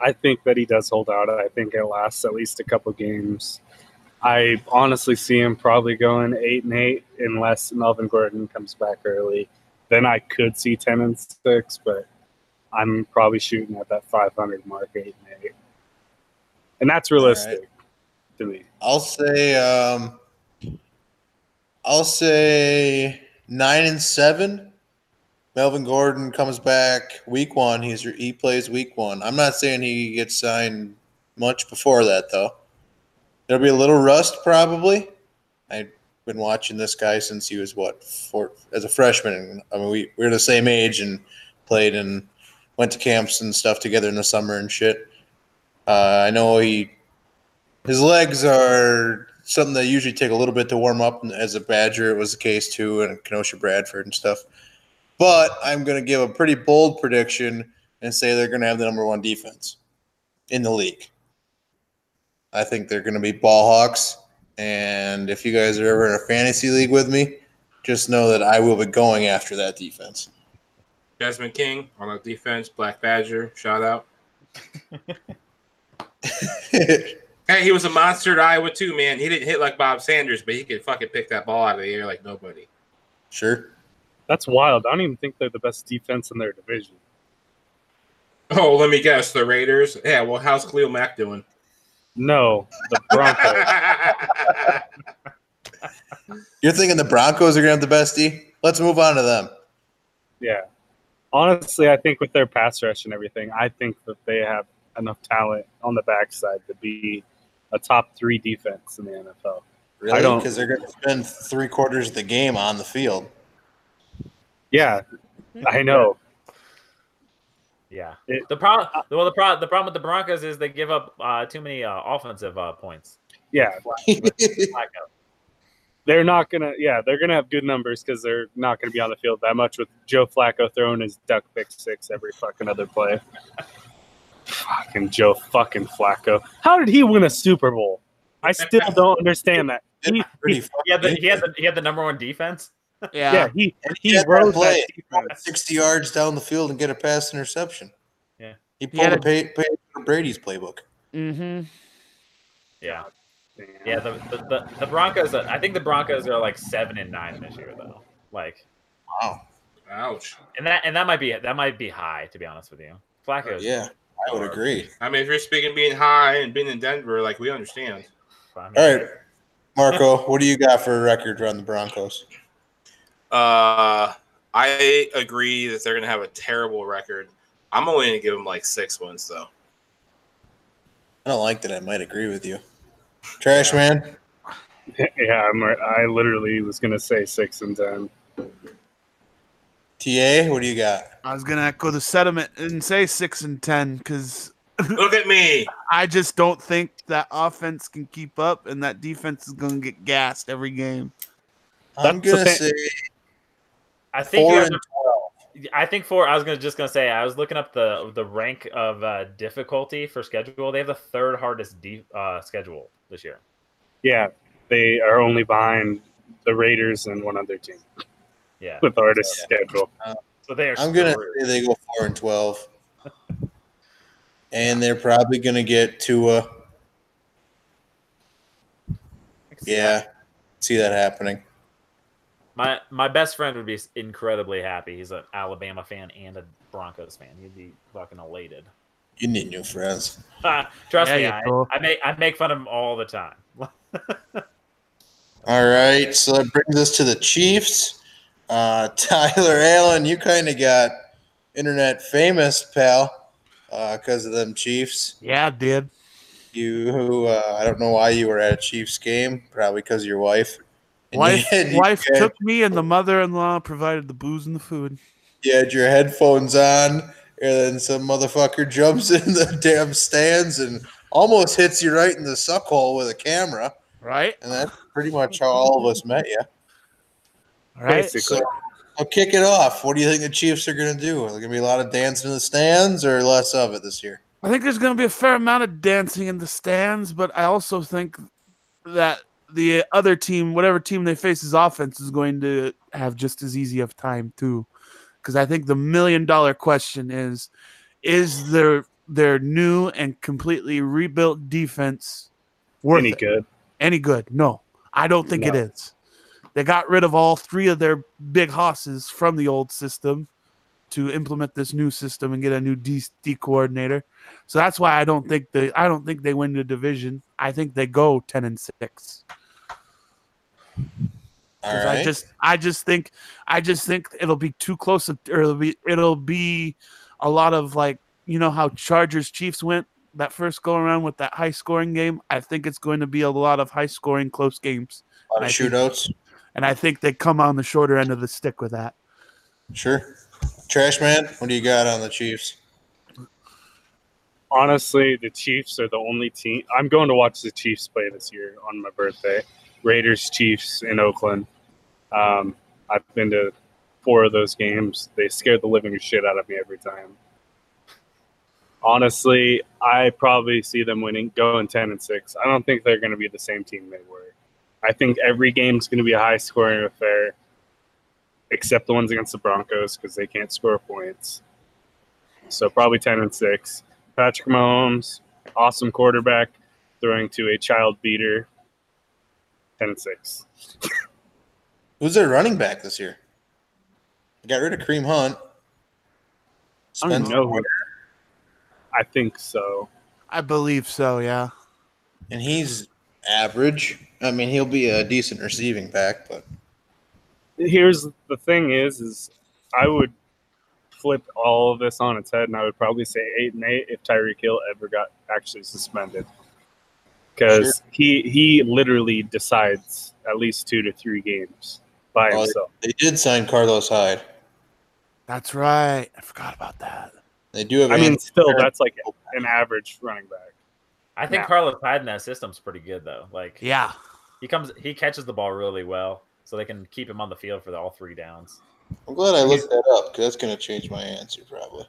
[SPEAKER 6] I think that he does hold out. I think it lasts at least a couple games. I honestly see him probably going eight and eight unless Melvin Gordon comes back early. Then I could see ten and six, but I'm probably shooting at that five hundred mark, eight and eight, and that's realistic to me.
[SPEAKER 2] I'll say um I'll say 9 and 7. Melvin Gordon comes back week 1. He's he plays week 1. I'm not saying he gets signed much before that though. There'll be a little rust probably. I've been watching this guy since he was what four, as a freshman. I mean, we, we were the same age and played and went to camps and stuff together in the summer and shit. Uh, I know he his legs are something that usually take a little bit to warm up. And as a Badger, it was the case too, and Kenosha Bradford and stuff. But I'm going to give a pretty bold prediction and say they're going to have the number one defense in the league. I think they're going to be ball hawks. And if you guys are ever in a fantasy league with me, just know that I will be going after that defense. (laughs)
[SPEAKER 4] Desmond King on the defense, Black Badger, shout out. Hey, he was a monster at Iowa too, man. He didn't hit like Bob Sanders, but he could fucking pick that ball out of the air like nobody.
[SPEAKER 2] sure.
[SPEAKER 6] That's wild. I don't even think they're the best defense in their division.
[SPEAKER 4] Oh, let me guess, the Raiders. Yeah, well, how's Khalil Mack doing? (laughs)
[SPEAKER 6] No, the Broncos.
[SPEAKER 2] You're thinking the Broncos are going to have the best D? Let's move on to them.
[SPEAKER 6] Yeah. Honestly, I think with their pass rush and everything, I think that they have enough talent on the backside to be a top three defense in the NFL.
[SPEAKER 2] Really?
[SPEAKER 6] don't-
[SPEAKER 2] Because they're going to spend three quarters of the game on the (laughs) field.
[SPEAKER 6] Yeah, I know.
[SPEAKER 5] Yeah.
[SPEAKER 6] It-
[SPEAKER 5] the problem well the pro- the problem with the Broncos is they give up uh, too many uh, offensive uh, points.
[SPEAKER 6] Yeah,
[SPEAKER 5] Like, uh,
[SPEAKER 6] they're not gonna. Yeah, they're gonna have good numbers because they're not gonna be on the field that much with Joe Flacco throwing his duck pick six every fucking other play. fucking Joe fucking Flacco. How did he win a Super Bowl? I still don't understand that. He,
[SPEAKER 2] Pretty fucking
[SPEAKER 5] he had the he had the, he had the number one defense.
[SPEAKER 3] Yeah.
[SPEAKER 6] yeah, he
[SPEAKER 2] And
[SPEAKER 6] he
[SPEAKER 2] had that
[SPEAKER 6] rode
[SPEAKER 2] play.
[SPEAKER 6] that defense.
[SPEAKER 2] 60 yards down the field and get a pass interception.
[SPEAKER 5] Yeah.
[SPEAKER 2] He
[SPEAKER 3] He had
[SPEAKER 2] pulled a pay, pay Brady's playbook.
[SPEAKER 3] Mm-hmm.
[SPEAKER 5] Yeah.
[SPEAKER 6] Damn.
[SPEAKER 5] Yeah, the, the, the, the Broncos uh, I think the Broncos are like seven and nine this year though. Like
[SPEAKER 2] Wow.
[SPEAKER 4] Ouch.
[SPEAKER 5] and that and that might be that might be high to be honest with you. Flacco's
[SPEAKER 2] Yeah, I would agree.
[SPEAKER 4] I mean, if you're speaking being high and being in Denver, like we understand.
[SPEAKER 5] I mean,
[SPEAKER 2] All right, Marco, what do you got for a record around the Broncos?
[SPEAKER 4] Uh, I agree that they're gonna have a terrible record. I'm only gonna give them like six wins though.
[SPEAKER 2] I don't like that I might agree with you. Trash man,
[SPEAKER 6] Yeah, I'm, I literally was gonna say six and ten.
[SPEAKER 2] TA, what do you got?
[SPEAKER 3] I was gonna echo the sentiment and say six and ten because
[SPEAKER 4] Look at me.
[SPEAKER 3] I just don't think that offense can keep up, and that defense is gonna get gassed every game.
[SPEAKER 2] I'm
[SPEAKER 6] That's the
[SPEAKER 2] going to say
[SPEAKER 6] thing.
[SPEAKER 5] I think you
[SPEAKER 2] four
[SPEAKER 5] guys
[SPEAKER 2] and
[SPEAKER 5] I think four. I was gonna just gonna say I was looking up the the rank of uh, difficulty for schedule. They have the third hardest de- uh, schedule this year.
[SPEAKER 6] Yeah, they are only behind the Raiders and one other team
[SPEAKER 5] Yeah,
[SPEAKER 6] with the hardest schedule.
[SPEAKER 5] so they are.
[SPEAKER 2] I'm gonna
[SPEAKER 5] screwed.
[SPEAKER 2] say they go four and twelve, and they're probably gonna get to. Uh, yeah, see that happening.
[SPEAKER 5] My my best friend would be incredibly happy. He's an Alabama fan and a Broncos fan. He'd be fucking elated. (laughs)
[SPEAKER 2] You need new friends.
[SPEAKER 5] Trust
[SPEAKER 3] Yeah,
[SPEAKER 5] me,
[SPEAKER 3] you're
[SPEAKER 5] I,
[SPEAKER 3] cool.
[SPEAKER 5] I make I make fun of him all the time.
[SPEAKER 2] All right, so that brings us to the Chiefs. Uh, (laughs) Tyler Allen, you kind of got internet famous, pal, because of them Chiefs.
[SPEAKER 3] Yeah, dude.
[SPEAKER 2] You, uh, I don't know why you were at a Chiefs game. Probably because your wife. And (laughs)
[SPEAKER 3] Wife,
[SPEAKER 2] you had- you
[SPEAKER 3] wife
[SPEAKER 2] had-
[SPEAKER 3] took me, and the mother-in-law provided the booze and the food.
[SPEAKER 2] you had your headphones on, and then some motherfucker (laughs) jumps in the damn stands and almost hits you right in the suck hole with a camera.
[SPEAKER 3] Right,
[SPEAKER 2] And that's pretty much how all of us met you.
[SPEAKER 3] right.
[SPEAKER 6] Basically,
[SPEAKER 2] So I'll kick it off. What do you think the Chiefs are going to do? Are there going to be a lot of dancing in the stands or less of it this year?
[SPEAKER 3] I think there's going to be a fair amount of dancing in the stands, but I also think that the other team, whatever team they face's offense, is going to have just as easy of time too. Because I think the million dollar question is: is their their new and completely rebuilt defense worth
[SPEAKER 6] any
[SPEAKER 3] it?
[SPEAKER 6] good.
[SPEAKER 3] any good? No, I don't think it
[SPEAKER 6] No.
[SPEAKER 3] is. They got rid of all three of their big hosses from the old system to implement this new system and get a new D, D coordinator. So that's why I don't think they I don't think they win the division. I think they go 10 and 6.
[SPEAKER 2] All
[SPEAKER 3] 'Cause
[SPEAKER 2] right.
[SPEAKER 3] I just I just think I just think it'll be too close of- or it'll be it'll be a lot of like you know how Chargers Chiefs went that first go around with that high scoring game. I think it's going to be a lot of high scoring close games.
[SPEAKER 2] a lot of
[SPEAKER 3] I think-
[SPEAKER 2] shootouts.
[SPEAKER 3] and I think they come on the shorter end of the stick with that.
[SPEAKER 2] Sure. Trash man, what do you got on the Chiefs?
[SPEAKER 6] honestly, the Chiefs are the only team. I'm going to watch the Chiefs play this year on my birthday. Raiders, Chiefs in Oakland. Um, I've been to four of those games. They scared the living shit out of me every time. Honestly, I probably see them winning, going 10 and 6. I don't think they're going to be the same team they were. I think every game's going to be a high scoring affair, except the ones against the Broncos because they can't score points. So probably 10 and 6. Patrick Mahomes, awesome quarterback, throwing to a child beater. 10 and 6.
[SPEAKER 2] Who's their running back this year? They got rid of Cream Hunt.
[SPEAKER 3] I don't
[SPEAKER 2] Spence-
[SPEAKER 6] No, who- I think so.
[SPEAKER 3] I believe so, yeah.
[SPEAKER 2] And he's average. I mean, he'll be a decent receiving back, but
[SPEAKER 6] Here's the thing is, is I would flip all of this on its head, and I would probably say 8 and 8 if Tyreek Hill ever got actually suspended. Because he, he literally decides at least two to three games by
[SPEAKER 2] Oh,
[SPEAKER 6] himself.
[SPEAKER 2] they did sign Carlos Hyde.
[SPEAKER 3] That's right. I forgot about that.
[SPEAKER 2] They do have.
[SPEAKER 6] I mean,
[SPEAKER 2] Anthony
[SPEAKER 6] still,
[SPEAKER 2] Barr-
[SPEAKER 6] that's like an average running back.
[SPEAKER 5] I think
[SPEAKER 6] Yeah.
[SPEAKER 5] Carlos Hyde in that system's pretty good though. Like
[SPEAKER 3] Yeah.
[SPEAKER 5] he comes, he catches the ball really well, so they can keep him on the field for the, all three downs.
[SPEAKER 2] I'm glad I looked that up because that's going to change my answer probably.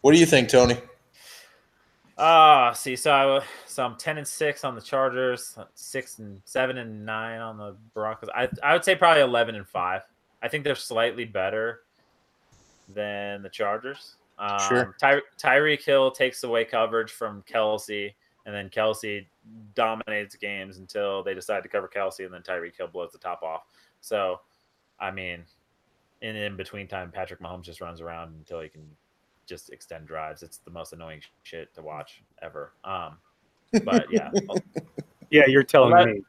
[SPEAKER 2] What do you think, Tony?
[SPEAKER 5] Ah, see, so I w- so I'm ten and six on the Chargers, six and seven and nine on the Broncos. I I would say probably eleven and five. I think they're slightly better than the Chargers. Um,
[SPEAKER 2] Sure.
[SPEAKER 5] Ty- Tyreek Hill takes away coverage from Kelsey, and then Kelsey dominates games until they decide to cover Kelsey, and then Tyreek Hill blows the top off. So, I mean, in in between time, Patrick Mahomes just runs around until he can just extend drives. It's the most annoying shit to watch ever. Um, but yeah,
[SPEAKER 6] Yeah, you're telling
[SPEAKER 5] Well,
[SPEAKER 6] me.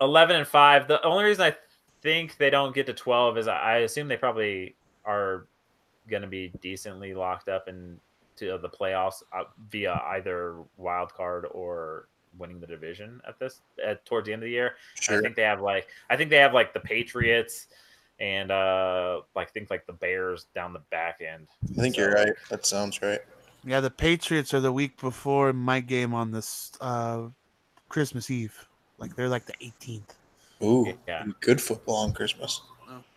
[SPEAKER 5] 11 and 5 the only reason i think they don't get to 12 is i I assume they probably are going to be decently locked up in to the playoffs uh, via either wild card or winning the division at this at towards the end of the year i think they have like i think they have like the patriots and uh like think like the bears down the back end
[SPEAKER 2] I think you're right. That sounds right.
[SPEAKER 3] Yeah, the Patriots are the week before my game on this uh Christmas Eve. Like they're like the 18th.
[SPEAKER 2] Ooh,
[SPEAKER 5] Yeah.
[SPEAKER 2] good football on Christmas.